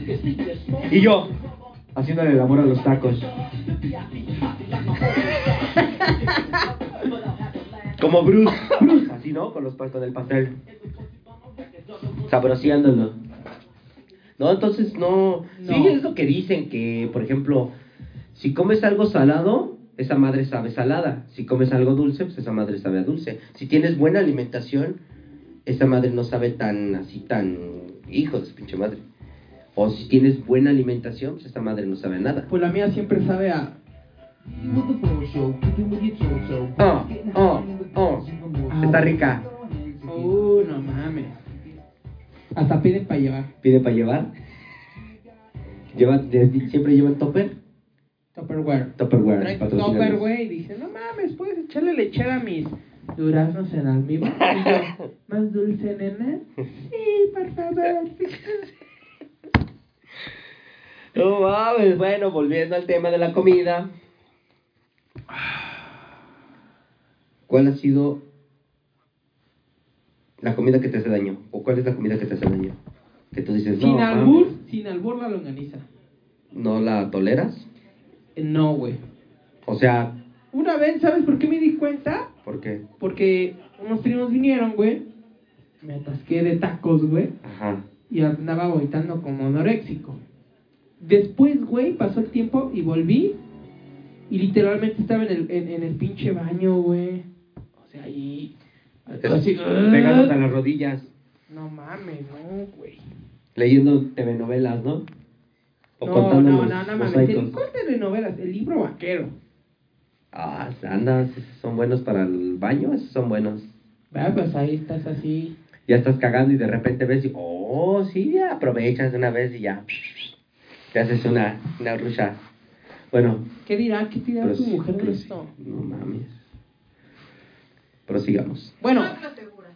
Speaker 1: Y yo, haciéndole el amor a los tacos. Como Bruce. Bruce, así, ¿no? Con, los, pa- con el pastel. Sabroseándolo. No, entonces no.
Speaker 3: No.
Speaker 1: Sí, es lo que dicen, que, por ejemplo, si comes algo salado, esa madre sabe salada. Si comes algo dulce, pues esa madre sabe a dulce. Si tienes buena alimentación, esa madre no sabe tan así, tan hijo de su pinche madre. O si tienes buena alimentación, pues esa madre no sabe a nada.
Speaker 3: Pues la mía siempre sabe a.
Speaker 1: Oh, oh, oh. Está rica.
Speaker 3: Uh, no mames. Hasta pides para llevar.
Speaker 1: Pide para llevar. Lleva, de- siempre llevan topper.
Speaker 3: Tupperware.
Speaker 1: Topperware.
Speaker 3: Trae Tupperware y dice, no mames, puedes echarle lechera a mis duraznos en almíbar. Y yo, ¿Más dulce, nena? Sí, por favor.
Speaker 1: No mames, bueno, volviendo al tema de la comida. ¿Cuál ha sido la comida que te hace daño? ¿O cuál es la comida que te hace daño? Que tú dices,
Speaker 3: Sin
Speaker 1: no,
Speaker 3: albur,
Speaker 1: mames,
Speaker 3: sin albur la longaniza.
Speaker 1: ¿no la toleras?
Speaker 3: Eh, No, güey.
Speaker 1: O sea,
Speaker 3: Una vez, ¿sabes por qué me di cuenta?
Speaker 1: ¿por qué?
Speaker 3: Porque unos primos vinieron, güey. Me atasqué de tacos, güey.
Speaker 1: Ajá.
Speaker 3: y andaba vomitando como anoréxico. Después, güey, pasó el tiempo y volví y literalmente estaba en el, en, en el pinche baño, güey. O sea, ahí... así, ¿eh? "Ah,
Speaker 1: Pegándote a las rodillas,
Speaker 3: No mames, no, güey.
Speaker 1: leyendo TV novelas, ¿no?
Speaker 3: No,
Speaker 1: O
Speaker 3: no,
Speaker 1: contando
Speaker 3: no,
Speaker 1: los
Speaker 3: no, mames.
Speaker 1: mosaicos.
Speaker 3: El, ¿Cuál telenovelas? El libro vaquero.
Speaker 1: Ah, andas, son buenos para el baño, esos son buenos.
Speaker 3: Va, pues ahí estás así.
Speaker 1: ya estás cagando y de repente ves y, oh, sí, ya aprovechas de una vez y ya, te haces una, una rucha. Bueno,
Speaker 3: ¿Qué dirá? ¿Qué dirá tu
Speaker 1: sí,
Speaker 3: mujer de
Speaker 1: pero Pues, sí,
Speaker 3: esto?
Speaker 1: no mames. Prosigamos.
Speaker 3: Bueno,
Speaker 2: Chacla segura.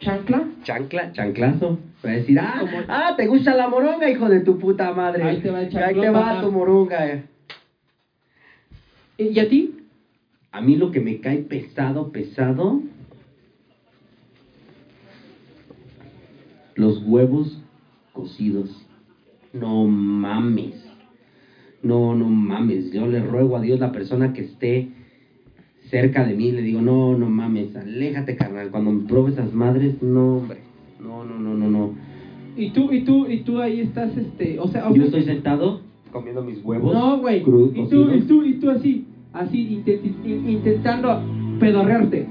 Speaker 3: chancla.
Speaker 1: Chancla, chanclazo. Va a decir, ah, ah, te gusta la moronga, hijo de tu puta madre.
Speaker 3: Ahí te va el chanclón,
Speaker 1: Ahí te va
Speaker 3: papá.
Speaker 1: tu moronga. eh.
Speaker 3: Eh, ¿Y a ti?
Speaker 1: A mí lo que me cae pesado, pesado.
Speaker 7: Los huevos cocidos. No mames. No, no mames. Yo le ruego a Dios la persona que esté cerca de mí. Le digo, no, no mames. Aléjate, carnal. Cuando me probe esas madres, no, hombre. No, no, no, no, no.
Speaker 3: ¿Y tú, y tú, y tú ahí estás, este... O sea,
Speaker 7: Yo
Speaker 3: aunque-
Speaker 7: estoy sentado comiendo mis huevos.
Speaker 3: No, güey. Y
Speaker 7: crudos,
Speaker 3: tú, y
Speaker 7: cocidos.
Speaker 3: tú, y tú así, así intenti- in- intentando pedorrearte.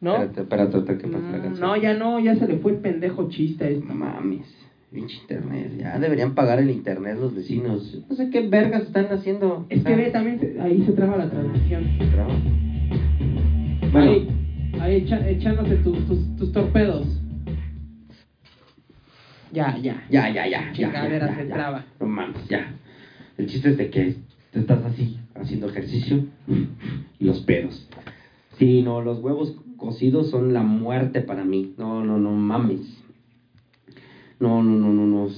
Speaker 3: ¿No?
Speaker 1: Espérate, espérate, ahorita que pase la
Speaker 3: Mm,
Speaker 1: canción.
Speaker 3: No, ya no, ya se le fue el pendejo chiste a este.
Speaker 1: No mames, pinche internet. Ya deberían pagar el internet los vecinos. No sé qué vergas están haciendo.
Speaker 3: Es que
Speaker 1: Ah,
Speaker 3: ve, también se- ahí se traba la transmisión.
Speaker 1: bravo.
Speaker 6: Bueno.
Speaker 3: Ahí, ahí echa- echándose tus, tus, tus torpedos. Ya, ya.
Speaker 1: Ah, Ya, ya, ya. ya,
Speaker 3: Chingadera
Speaker 1: ya,
Speaker 3: se
Speaker 1: ya.
Speaker 3: traba.
Speaker 1: No mames, ya. El chiste es de que te estás así, haciendo ejercicio y los pedos. Sí, no, los huevos cocidos son la muerte para mí. No, no, no mames. No, no, no, no, no.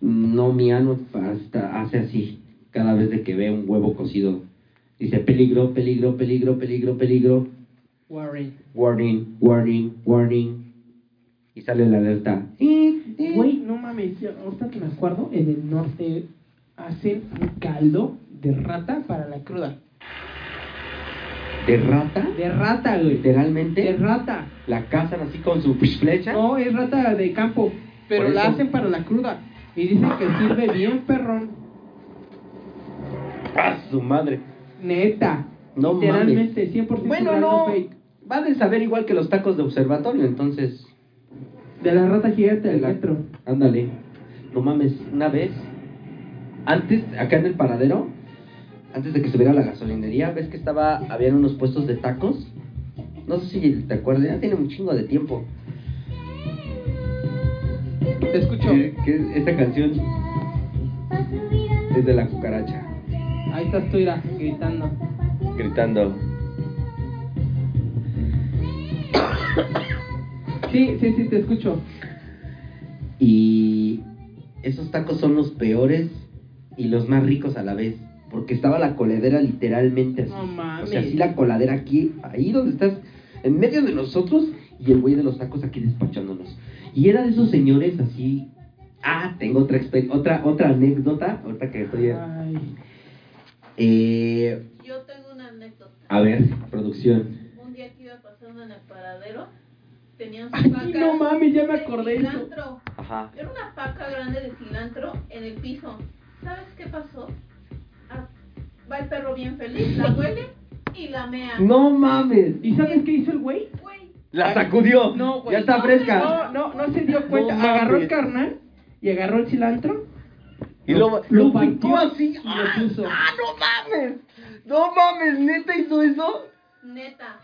Speaker 1: No, mi ano hasta hace así cada vez de que ve un huevo cocido. Dice peligro, peligro, peligro, peligro, peligro.
Speaker 3: Warren.
Speaker 1: Warning, warning, warning. Y sale la alerta.
Speaker 3: Güey, no mames, yo ahorita que me acuerdo, en el norte hacen un caldo de rata para la cruda.
Speaker 1: ¿De rata?
Speaker 3: De rata, güey.
Speaker 1: Literalmente.
Speaker 3: De rata.
Speaker 1: la cazan así con su flecha.
Speaker 3: No, es rata de campo, pero
Speaker 1: Por
Speaker 3: la
Speaker 1: eso.
Speaker 3: hacen para la cruda. Y dicen que sirve bien, perrón.
Speaker 1: ¡Ah, su madre!
Speaker 3: Neta.
Speaker 1: No mames.
Speaker 3: Literalmente, 100%
Speaker 1: Bueno,
Speaker 3: real,
Speaker 1: no.
Speaker 3: fake.
Speaker 1: Va de saber igual que los tacos de observatorio, entonces.
Speaker 3: De la rata gigante del
Speaker 1: la-
Speaker 3: metro.
Speaker 1: Ándale. No mames, una vez. Antes, acá en el paradero, antes de que subiera a la gasolinería, ves que estaba, habían unos puestos de tacos. No sé si te acuerdas, ya tiene un chingo de tiempo.
Speaker 3: Te escucho.
Speaker 1: Que, que esta canción es de la cucaracha,
Speaker 3: Ahí estás tú, Ira, gritando.
Speaker 1: gritando.
Speaker 3: Sí, sí, sí, te escucho.
Speaker 1: Y esos tacos son los peores y los más ricos a la vez. Porque estaba la coladera literalmente así.
Speaker 3: No mames.
Speaker 1: O sea, así la coladera aquí, ahí donde estás, en medio de nosotros y el güey de los tacos aquí despachándonos. Y era de esos señores así. Ah, tengo otra exper- otra otra anécdota, ahorita que estoy.
Speaker 3: Ay.
Speaker 1: Eh,
Speaker 2: Yo tengo una anécdota.
Speaker 1: a ver, producción.
Speaker 2: Un día que iba pasando en el paradero, tenían
Speaker 3: Ay,
Speaker 2: su vaca.
Speaker 3: no mames, ya me
Speaker 2: de
Speaker 3: acordé de eso.
Speaker 2: cilantro.
Speaker 1: Ajá.
Speaker 2: Era una paca grande de cilantro en el piso. ¿Sabes qué pasó? Ah, va el perro bien feliz, la huele y la mea.
Speaker 3: Ah.
Speaker 1: No mames.
Speaker 3: ¿Y sabes qué hizo el güey?
Speaker 2: Güey,
Speaker 1: La sacudió.
Speaker 3: No, güey.
Speaker 1: Ya está fresca.
Speaker 3: No, no, no se dio cuenta.
Speaker 1: No
Speaker 3: agarró el
Speaker 1: mames.
Speaker 3: carnal y agarró el cilantro.
Speaker 1: Y lo,
Speaker 3: Lo
Speaker 1: lo
Speaker 3: partió
Speaker 1: picó así.
Speaker 3: y lo puso.
Speaker 1: ¡Ah, no mames! ¡No mames! ¿Neta hizo eso?
Speaker 2: neta.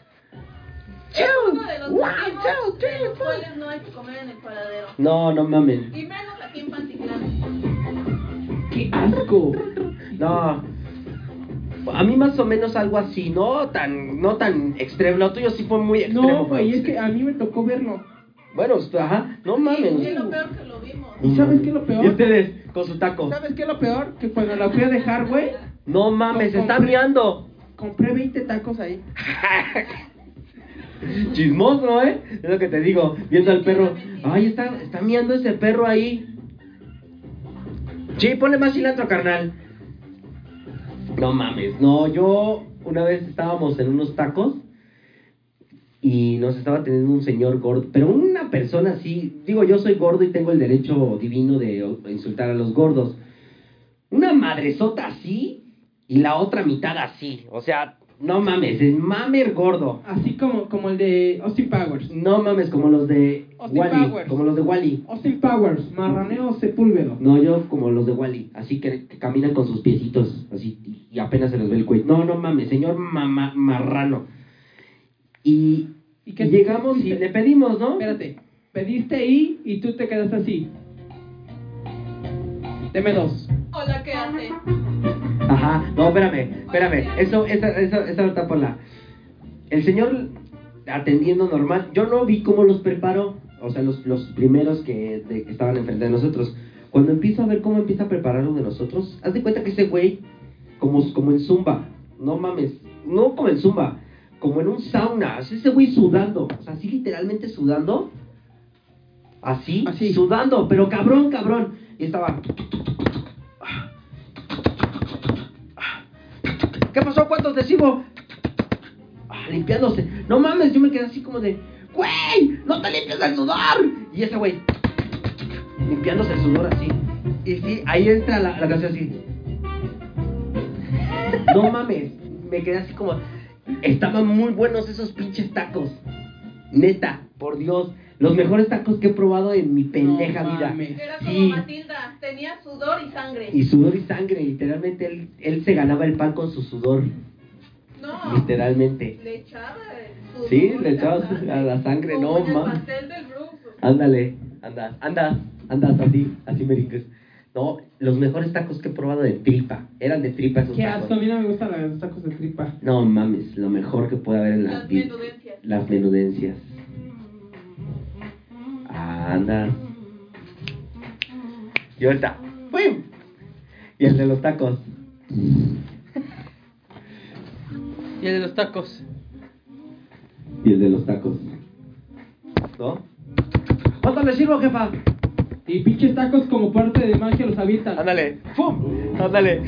Speaker 1: ¡Chau!
Speaker 2: Es uno de los
Speaker 1: ¡Guau!
Speaker 2: motivos
Speaker 1: ¡Chau!
Speaker 2: de
Speaker 1: ¡Chau!
Speaker 2: los cuales no hay que comer en el paradero.
Speaker 1: No, no mames.
Speaker 2: Y menos aquí en Pantitlán.
Speaker 3: ¡Qué asco!
Speaker 1: No. A mí más o menos algo así, no tan, no tan extremo. Lo tuyo sí fue muy extremo.
Speaker 3: No, güey,
Speaker 1: pero
Speaker 3: es que a mí me tocó verlo.
Speaker 1: Bueno, usted- ajá, no
Speaker 2: Es
Speaker 1: mames.
Speaker 2: lo peor que lo vimos.
Speaker 3: ¿Y sabes qué es lo peor?
Speaker 1: Y ustedes, con su taco.
Speaker 3: ¿Sabes qué es lo peor? Que cuando la fui a dejar, güey,
Speaker 1: No mames, se está
Speaker 3: Compré-
Speaker 1: miando.
Speaker 3: compré 20 tacos ahí.
Speaker 1: Chismoso, ¿eh? Es lo que te digo, viendo al perro. Ay, está, está miando ese perro ahí. Sí, ponle más cilantro, carnal. No mames, no, yo una vez estábamos en unos tacos y nos estaba teniendo un señor gordo, pero una persona así, digo, yo soy gordo y tengo el derecho divino de o- insultar a los gordos. Una madresota así y la otra mitad así, o sea, no mames, es mamer gordo.
Speaker 3: Así como, como el de Austin Powers.
Speaker 1: No mames, como los de
Speaker 3: Austin
Speaker 1: Wally.
Speaker 3: Powers.
Speaker 1: Como los de Wally.
Speaker 3: Austin Powers, Marraneo Sepúlveda.
Speaker 1: No, yo como los de Wally. Así que, que caminan con sus piecitos. Así. y- Y apenas se les ve el cuello. No, no mames, señor mama- marrano. Y,
Speaker 3: ¿Y qué-
Speaker 1: y llegamos y
Speaker 3: qué-
Speaker 1: le pedimos, ¿no?
Speaker 3: Espérate, pediste ahí y tú te quedaste así. Deme dos.
Speaker 2: Hola, ¿qué hace?
Speaker 1: Ajá. No, espérame, espérame. Eso, esa, esa, esa ahorita ponla. El señor atendiendo normal. Yo no vi cómo los preparó. O sea, los, los primeros que, de- que estaban enfrente de nosotros. Cuando empiezo a ver cómo empieza a preparar uno de nosotros, haz de cuenta que ese güey, como, como en Zumba, no mames, no como en Zumba, como en un sauna, así ese güey sudando, o sea, así literalmente sudando, así,
Speaker 3: Así.
Speaker 1: sudando, pero cabrón, cabrón. Y estaba. ¿Qué pasó? ¿Cuántos decimos? ah, limpiándose. No mames, yo me quedé así como de, güey, no te limpias el sudor. Y ese güey, limpiándose el sudor así. Y sí, ahí entra la, la canción así. No mames, me quedé así como, estaban muy buenos esos pinches tacos. Neta, por Dios, los mejores tacos que he probado en mi pendeja
Speaker 3: No
Speaker 1: vida.
Speaker 3: mames.
Speaker 2: Era como
Speaker 1: Sí,
Speaker 2: Matilda, tenía sudor y sangre.
Speaker 1: y sudor y sangre, literalmente él, él se ganaba el pan con su sudor.
Speaker 2: No,
Speaker 1: literalmente.
Speaker 2: le echaba su
Speaker 1: Sí, le echaba su- a la sangre, no, Ah,
Speaker 2: Como en el
Speaker 1: ma.
Speaker 2: pastel del Brooks.
Speaker 1: Ándale, andas, andas, andas así, así merengues. No, los mejores tacos que he probado de tripa. Eran de tripa esos
Speaker 3: Qué asco, a
Speaker 1: tacos.
Speaker 3: mí no me gustan los tacos de tripa.
Speaker 1: No mames, lo mejor que puede haber en la
Speaker 2: Las
Speaker 1: vida.
Speaker 2: menudencias.
Speaker 1: Las menudencias. Anda. Y ahorita. ¡pum! Y el de los tacos.
Speaker 8: Y el de los tacos.
Speaker 1: Y el de los tacos. ¿No? ¿Cuánto le sirvo, jefa?
Speaker 3: Y pinches tacos como parte de magia los habitan.
Speaker 8: Ándale. ¡Fum! Ándale.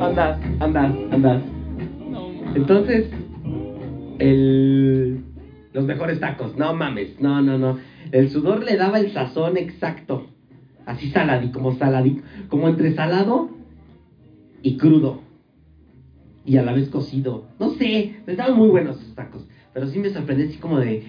Speaker 1: Andas, andas, andas.
Speaker 8: No,
Speaker 1: Entonces, el... Los mejores tacos, no mames, no, no, no. El sudor le daba el sazón exacto. Así saladí, como saladí, como entre salado y crudo. Y a la vez cocido. No sé, les daban muy buenos esos tacos. Pero sí me sorprendí así como de...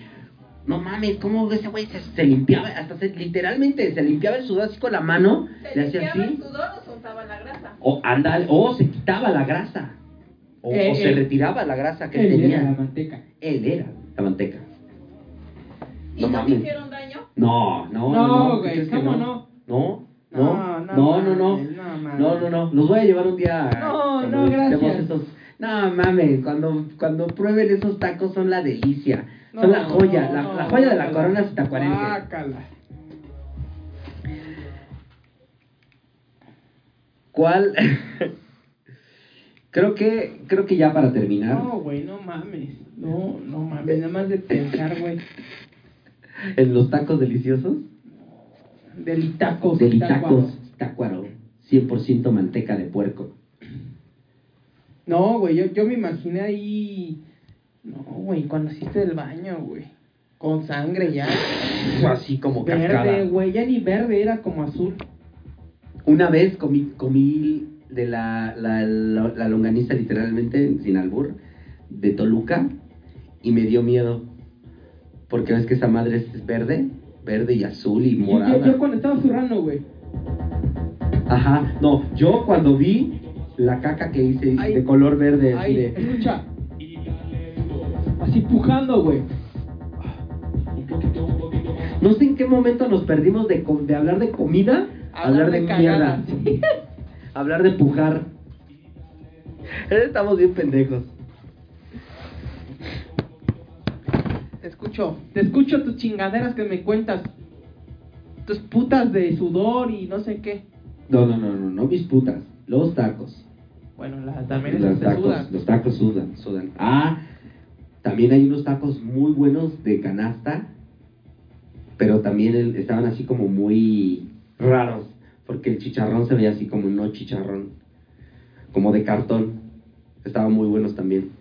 Speaker 1: No mames, ¿cómo ese güey se, se limpiaba? Hasta se, literalmente se limpiaba el sudor así con la mano.
Speaker 2: Se
Speaker 1: Le hacía
Speaker 2: limpiaba el
Speaker 1: así.
Speaker 2: sudor o soltaba la grasa.
Speaker 1: O andal, o se quitaba la grasa. O,
Speaker 3: Eh,
Speaker 1: o se
Speaker 3: eh.
Speaker 1: retiraba la grasa que
Speaker 3: Él
Speaker 1: tenía.
Speaker 3: era la manteca.
Speaker 1: Él era la manteca.
Speaker 2: ¿Y
Speaker 1: No
Speaker 2: no, te
Speaker 1: mames.
Speaker 2: hicieron daño?
Speaker 1: No, no,
Speaker 3: No,
Speaker 1: no. ¿qué
Speaker 3: güey,
Speaker 1: crees que
Speaker 3: ¿cómo
Speaker 1: No, no, no, no, no.
Speaker 3: mames, mames.
Speaker 1: No, no, no. Los voy a llevar un día.
Speaker 3: No,
Speaker 1: cuando
Speaker 3: no,
Speaker 1: estemos
Speaker 3: gracias.
Speaker 1: esos- No, mames, cuando, cuando prueben esos tacos son la delicia.
Speaker 3: No,
Speaker 1: son la joya, la,
Speaker 3: no, Ah.
Speaker 1: la joya de la
Speaker 3: guácala.
Speaker 1: corona zitacuarense.
Speaker 3: Guácala.
Speaker 1: ¿Cuál? creo que creo que ya para terminar.
Speaker 3: No, güey, no mames. No, no mames, nada más de pensar, güey.
Speaker 1: En los tacos deliciosos.
Speaker 3: Delitacos.
Speaker 1: Delitacos, tacuaro. 100% manteca de puerco.
Speaker 3: No, güey, yo, yo me imaginé ahí. No, güey, cuando hiciste el baño, güey. Con sangre ya.
Speaker 1: Así como
Speaker 3: Verde, güey, ya ni verde, era como azul.
Speaker 1: Una vez comí, comí de la, la, la, la longaniza, literalmente, sin albur, de Toluca, y me dio miedo. Porque ves que esa madre es verde, verde y azul y
Speaker 3: Yo- Yo, yo
Speaker 1: morada.
Speaker 3: cuando estaba zurrando, güey.
Speaker 1: Ajá, no, yo cuando vi la caca que hice
Speaker 3: Ay.
Speaker 1: de color verde, así
Speaker 3: Ahí,
Speaker 1: de,
Speaker 3: escucha. Así pujando, güey.
Speaker 1: no sé en qué momento nos perdimos de, com- de hablar de comida, a hablar de, mierda,
Speaker 3: cagadas.
Speaker 1: hablar de pujar. Estamos bien pendejos.
Speaker 3: Te escucho. Te escucho tus chingaderas que me cuentas. Tus putas de sudor y no sé qué.
Speaker 1: No, no, no, no, no mis putas, los tacos.
Speaker 3: Bueno, la, también esas
Speaker 1: los
Speaker 3: te
Speaker 1: tacos,
Speaker 3: sudan.
Speaker 1: los tacos sudan, sudan. Ah, también hay unos tacos muy buenos de canasta, pero también el- estaban así como muy raros, porque el chicharrón se veía así como no chicharrón, como de cartón. Estaban muy buenos también.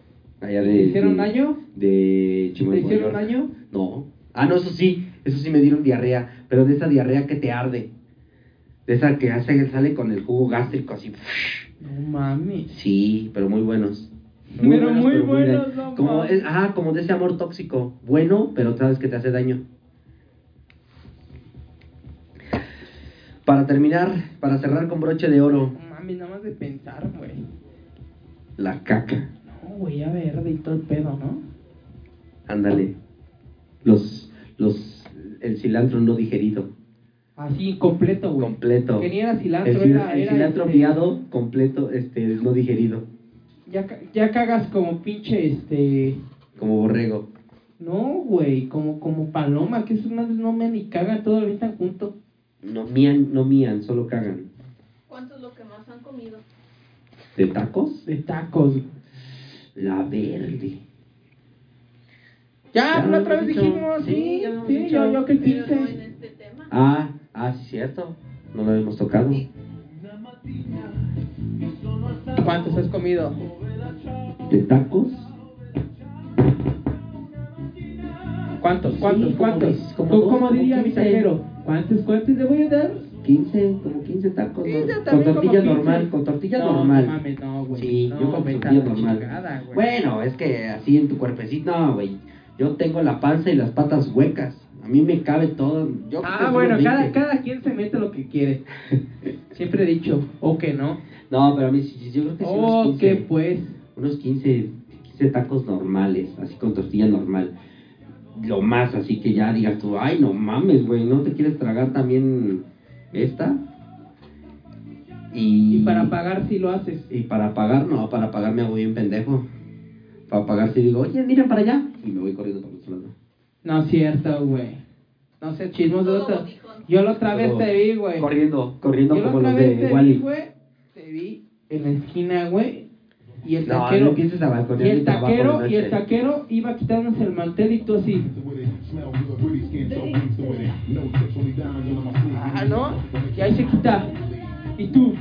Speaker 1: Allá de,
Speaker 3: ¿Te hicieron
Speaker 1: de-
Speaker 3: daño?
Speaker 1: De
Speaker 3: ¿Te
Speaker 1: Chimalhuacán.
Speaker 3: hicieron daño?
Speaker 1: No. Ah, no, eso sí, eso sí me dieron diarrea, pero de esa diarrea que te arde. De esa que hace, sale con el jugo gástrico así.
Speaker 3: No mames.
Speaker 1: Sí, pero muy buenos.
Speaker 3: Pero muy buenos,
Speaker 1: daño-
Speaker 3: no
Speaker 1: como
Speaker 3: mames.
Speaker 1: es- Ajá, como de ese amor tóxico. Bueno, pero sabes que te hace daño. Para terminar, para cerrar con broche de oro,
Speaker 3: No mames, nada más de pensar, güey.
Speaker 1: la caca.
Speaker 3: No, güey, a verde y todo el pedo, ¿no?
Speaker 1: Ándale. Los, los, el cilantro no digerido.
Speaker 3: Así, completo, güey.
Speaker 1: Completo.
Speaker 3: Que ni era cilantro,
Speaker 1: el, cil-
Speaker 3: era-
Speaker 1: el
Speaker 3: era,
Speaker 1: cilantro
Speaker 3: este,
Speaker 1: miado completo, este, no digerido.
Speaker 3: Ya, ca- ya cagas como pinche, este...
Speaker 1: Como borrego.
Speaker 3: No, güey, como, como paloma, que esas madres no me ni cagan, todo ahorita junto.
Speaker 1: No mían, no mían, solo cagan.
Speaker 2: ¿Cuánto es lo que más han comido?
Speaker 1: ¿De tacos?
Speaker 3: De tacos.
Speaker 1: La verde.
Speaker 3: Ya,
Speaker 1: Ya lo
Speaker 3: la otra
Speaker 1: hemos
Speaker 3: vez
Speaker 1: dicho.
Speaker 3: dijimos, sí,
Speaker 1: Sí, ya lo hemos
Speaker 3: sí,
Speaker 1: dicho.
Speaker 3: yo, yo que
Speaker 2: Pero no en
Speaker 3: quise.
Speaker 2: este tema.
Speaker 1: Ah, ah, sí, cierto. No lo habíamos tocado.
Speaker 3: ¿Cuántos has comido?
Speaker 1: ¿De tacos?
Speaker 3: ¿Cuántos, cuántos,
Speaker 1: Sí, como
Speaker 3: cuántos?
Speaker 1: mis- como
Speaker 3: ¿Tú
Speaker 1: dos,
Speaker 3: cómo
Speaker 1: como
Speaker 3: diría mi
Speaker 1: quince.
Speaker 3: taquero? ¿Cuántos, cuántos le voy a dar?
Speaker 1: 15, como 15 tacos.
Speaker 3: Sí,
Speaker 1: ¿no?
Speaker 3: yo
Speaker 1: Con
Speaker 3: también como
Speaker 1: tortilla
Speaker 3: 15.
Speaker 1: normal, con tortilla
Speaker 3: No,
Speaker 1: normal.
Speaker 3: No mames, no, güey.
Speaker 1: Sí,
Speaker 3: no,
Speaker 1: yo con
Speaker 3: vete a
Speaker 1: tortilla
Speaker 3: la
Speaker 1: normal.
Speaker 3: chingada, güey.
Speaker 1: bueno, es que así en tu cuerpecito, no, güey. Yo tengo la panza y las patas huecas. A mí me cabe todo. Yo
Speaker 3: Ah,
Speaker 1: creo que
Speaker 3: bueno,
Speaker 1: unos
Speaker 3: cada,
Speaker 1: 20.
Speaker 3: cada quien se mete lo que quiere. Siempre he dicho, o que no.
Speaker 1: No, pero a mí sí, yo creo que sí
Speaker 3: Oh,
Speaker 1: unos 15,
Speaker 3: que pues.
Speaker 1: unos 15, 15 tacos normales, así con tortilla normal. Lo más así que ya digas tú, ay, no mames, güey, ¿no te quieres tragar también esta?
Speaker 3: Y
Speaker 1: Y,
Speaker 3: para pagar si lo haces.
Speaker 1: Y para pagar, no, para pagar me hago bien pendejo. Para pagar sí digo, oye, mira para allá. Y me voy corriendo para el otro lado.
Speaker 3: No es cierto, güey. No seas chismoso.
Speaker 2: Todo boticón.
Speaker 3: Yo la otra vez
Speaker 1: Todo
Speaker 3: te vi, güey.
Speaker 1: Corriendo, corriendo
Speaker 3: Yo la
Speaker 1: como
Speaker 3: otra
Speaker 1: los
Speaker 3: vez
Speaker 1: de
Speaker 3: te vi,
Speaker 1: Wally.
Speaker 3: güey. Te vi en la esquina, güey. Y el
Speaker 1: No,
Speaker 3: taquero.
Speaker 1: no empieces a balconear
Speaker 3: y el
Speaker 1: mi trabajo
Speaker 3: taquero,
Speaker 1: de
Speaker 3: y el
Speaker 1: noche.
Speaker 3: taquero iba quitándose el mantel y tú así. Ah, ¿no? Y ahí se quita. Y tú.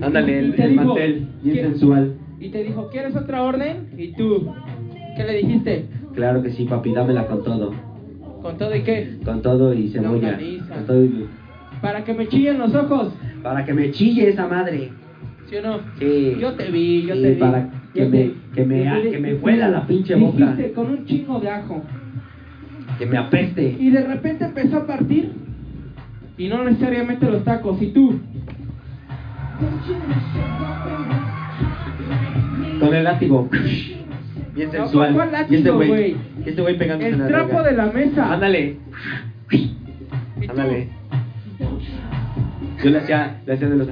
Speaker 8: Ándale,
Speaker 3: Y
Speaker 8: el,
Speaker 3: te
Speaker 8: el
Speaker 3: digo,
Speaker 8: mantel.
Speaker 1: Bien
Speaker 3: ¿qué-
Speaker 1: sensual.
Speaker 3: Y te dijo, ¿quieres otra orden? Y tú. ¿Qué le dijiste?
Speaker 1: Claro que sí, papi, dámela con todo.
Speaker 3: ¿Con todo y qué?
Speaker 1: Con todo y cebolla.
Speaker 3: Longaniza.
Speaker 1: Con todo y-
Speaker 3: Para que me chillen los ojos.
Speaker 1: Para que me chille esa madre.
Speaker 3: ¿Sí o no?
Speaker 1: Sí.
Speaker 3: Yo te vi, yo
Speaker 1: Sí,
Speaker 3: te vi.
Speaker 1: para que
Speaker 3: Yo
Speaker 1: me-
Speaker 3: te-
Speaker 1: que me-
Speaker 3: dijiste-
Speaker 1: que me huela la pinche boca.
Speaker 3: Dijiste con un chingo de ajo.
Speaker 1: Que me apeste.
Speaker 3: Y de repente empezó a partir. Y no necesariamente los tacos. Y tú.
Speaker 1: Con el látigo. Bien
Speaker 3: No,
Speaker 1: sensual.
Speaker 3: ¿cuál
Speaker 1: y este
Speaker 3: látigo,
Speaker 1: güey.
Speaker 3: güey?
Speaker 1: y este güey pegándose en
Speaker 3: El
Speaker 1: la
Speaker 3: trapo
Speaker 1: verga.
Speaker 3: de la mesa.
Speaker 1: Ándale.
Speaker 3: Y tú,
Speaker 1: Ándale. Yo le hacía, le hacía de los.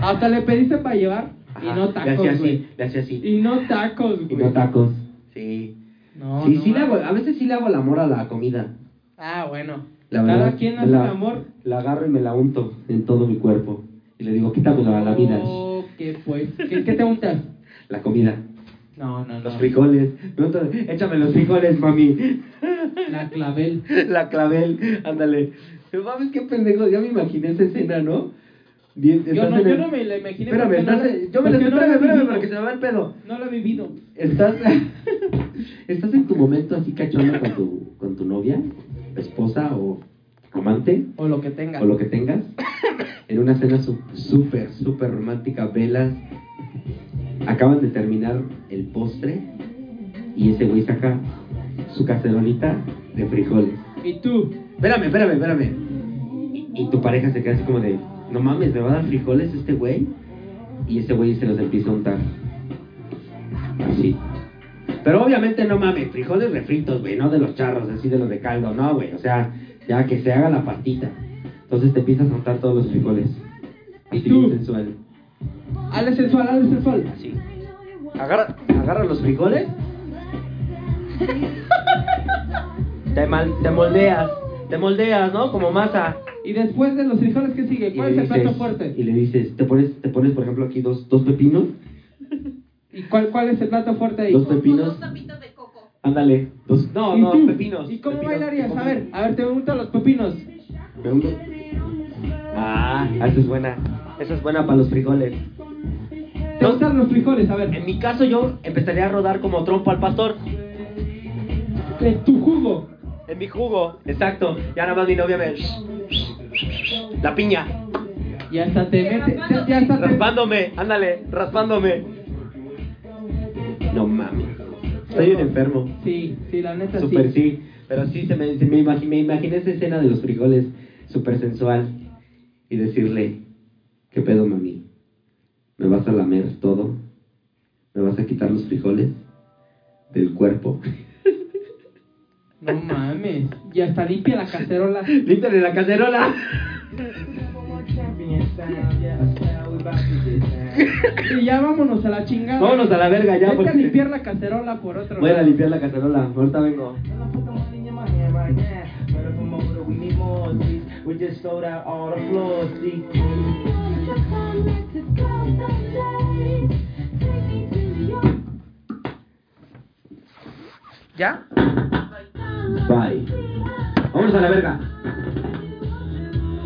Speaker 3: Hasta le pediste para llevar. y
Speaker 1: Ajá,
Speaker 3: no
Speaker 1: Le hacía
Speaker 3: tacos,
Speaker 1: así,
Speaker 3: güey.
Speaker 1: le hacía así.
Speaker 3: Y no tacos,
Speaker 1: Y
Speaker 3: güey.
Speaker 1: no tacos. Sí.
Speaker 3: No,
Speaker 1: sí,
Speaker 3: no
Speaker 1: sí le
Speaker 3: mames.
Speaker 1: hago, a veces sí le hago el amor a la comida.
Speaker 3: Ah, bueno.
Speaker 1: La
Speaker 3: Cada
Speaker 1: verdad,
Speaker 3: quien
Speaker 1: me
Speaker 3: hace
Speaker 1: la-
Speaker 3: el amor.
Speaker 1: La agarro y me la unto en todo mi cuerpo. Y le digo, quítamelo a la vida.
Speaker 3: Oh, que pues. ¿Qué, qué te untas?
Speaker 1: La comida.
Speaker 3: No, no, no.
Speaker 1: Los frijoles. Me unto- Échame los frijoles, mami.
Speaker 3: La clavel.
Speaker 1: La clavel. Ándale. No Mames, qué pendejo. Ya me imaginé esa escena, ¿no? Bien,
Speaker 3: Yo
Speaker 1: estás
Speaker 3: no,
Speaker 1: en
Speaker 3: yo
Speaker 1: el-
Speaker 3: no me la imaginé.
Speaker 1: Espérame,
Speaker 3: porque no
Speaker 1: estás-
Speaker 3: la-
Speaker 1: yo me la
Speaker 3: porque no
Speaker 1: estoy
Speaker 3: la
Speaker 1: espérame,
Speaker 3: he
Speaker 1: espérame,
Speaker 3: vivido.
Speaker 1: porque se me va el pedo.
Speaker 3: No lo he vivido.
Speaker 1: Estás, estás en tu momento así cachondo con tu, con tu novia, esposa o amante.
Speaker 3: O lo que tenga.
Speaker 1: o lo que tengas en una cena su- súper, súper romántica, velas. Acaban de terminar el postre y ese güey saca su cacerolita de frijoles.
Speaker 3: Y tú.
Speaker 1: Espérame, espérame, espérame. Y, y tu pareja se queda así como de, no mames, ¿me va a dar frijoles este güey? Y ese güey se los empieza a untar. Así. Pero obviamente no mames, frijoles refritos, güey, no de los charros, así de los de caldo, no, güey. O sea, ya que se haga la pastita. Entonces te empiezas a untar todos los frijoles.
Speaker 3: ¿Y
Speaker 1: Así
Speaker 3: tú?
Speaker 1: bien sensual.
Speaker 3: Hazle sensual, hazle sensual.
Speaker 1: Así. Agarra, agarra los frijoles. te, mal- te moldeas, te moldeas, ¿no? Como masa.
Speaker 3: Y después de los frijoles, ¿qué sigue?
Speaker 1: Y
Speaker 3: ¿Cuál
Speaker 1: le
Speaker 3: es el plato
Speaker 1: dices- Y
Speaker 3: fuerte?
Speaker 1: le dices, te pones, te pones por ejemplo aquí dos, dos pepinos,
Speaker 3: ¿Y cuál, cuál es el plato fuerte ahí?
Speaker 1: Los
Speaker 2: Con- con
Speaker 1: pepinos.
Speaker 2: Dos tapitas de coco.
Speaker 1: ándale, dos, no,
Speaker 3: ¿Y
Speaker 1: no,
Speaker 3: tú?
Speaker 1: pepinos.
Speaker 3: ¿Y cómo
Speaker 1: pepinos,
Speaker 3: bailarías?
Speaker 1: ¿cómo
Speaker 3: A ver, a ver, te gustan los pepinos.
Speaker 1: Me hundo. Ah, esa es buena, esa es buena para los frijoles.
Speaker 3: ¿Te gustan los frijoles? A
Speaker 1: En
Speaker 3: ver,
Speaker 1: mi caso yo empezaría a rodar como trompo al pastor,
Speaker 3: en tu jugo.
Speaker 1: en mi jugo, exacto, y ahora más mi novia me... La piña,
Speaker 3: Y hasta te
Speaker 2: Y
Speaker 3: metes,
Speaker 2: raspándote.
Speaker 3: ya hasta te...
Speaker 1: raspándome, ándale, raspándome. No mames, estoy un enfermo.
Speaker 3: Sí, sí, la neta sí.
Speaker 1: Super sí. pero sí se me, se me, imagi- me imaginé esa escena de los frijoles super sensual y decirle, ¿qué pedo mami? ¿Me vas a lamer todo? ¿Me vas a quitar los frijoles del cuerpo?
Speaker 3: No mames. Y hasta limpia la cacerola.
Speaker 1: ¡Límpiale la cacerola!
Speaker 3: Y ya vámonos a la chingada.
Speaker 1: Vámonos a la verga ya,
Speaker 3: Vete
Speaker 1: porque
Speaker 3: a limpiar la cacerola por otro
Speaker 1: voy a ir a
Speaker 3: lado.
Speaker 1: limpiar la cacerola, ahorita vengo.
Speaker 8: ¿Ya?
Speaker 1: Bye. Vámonos a la verga.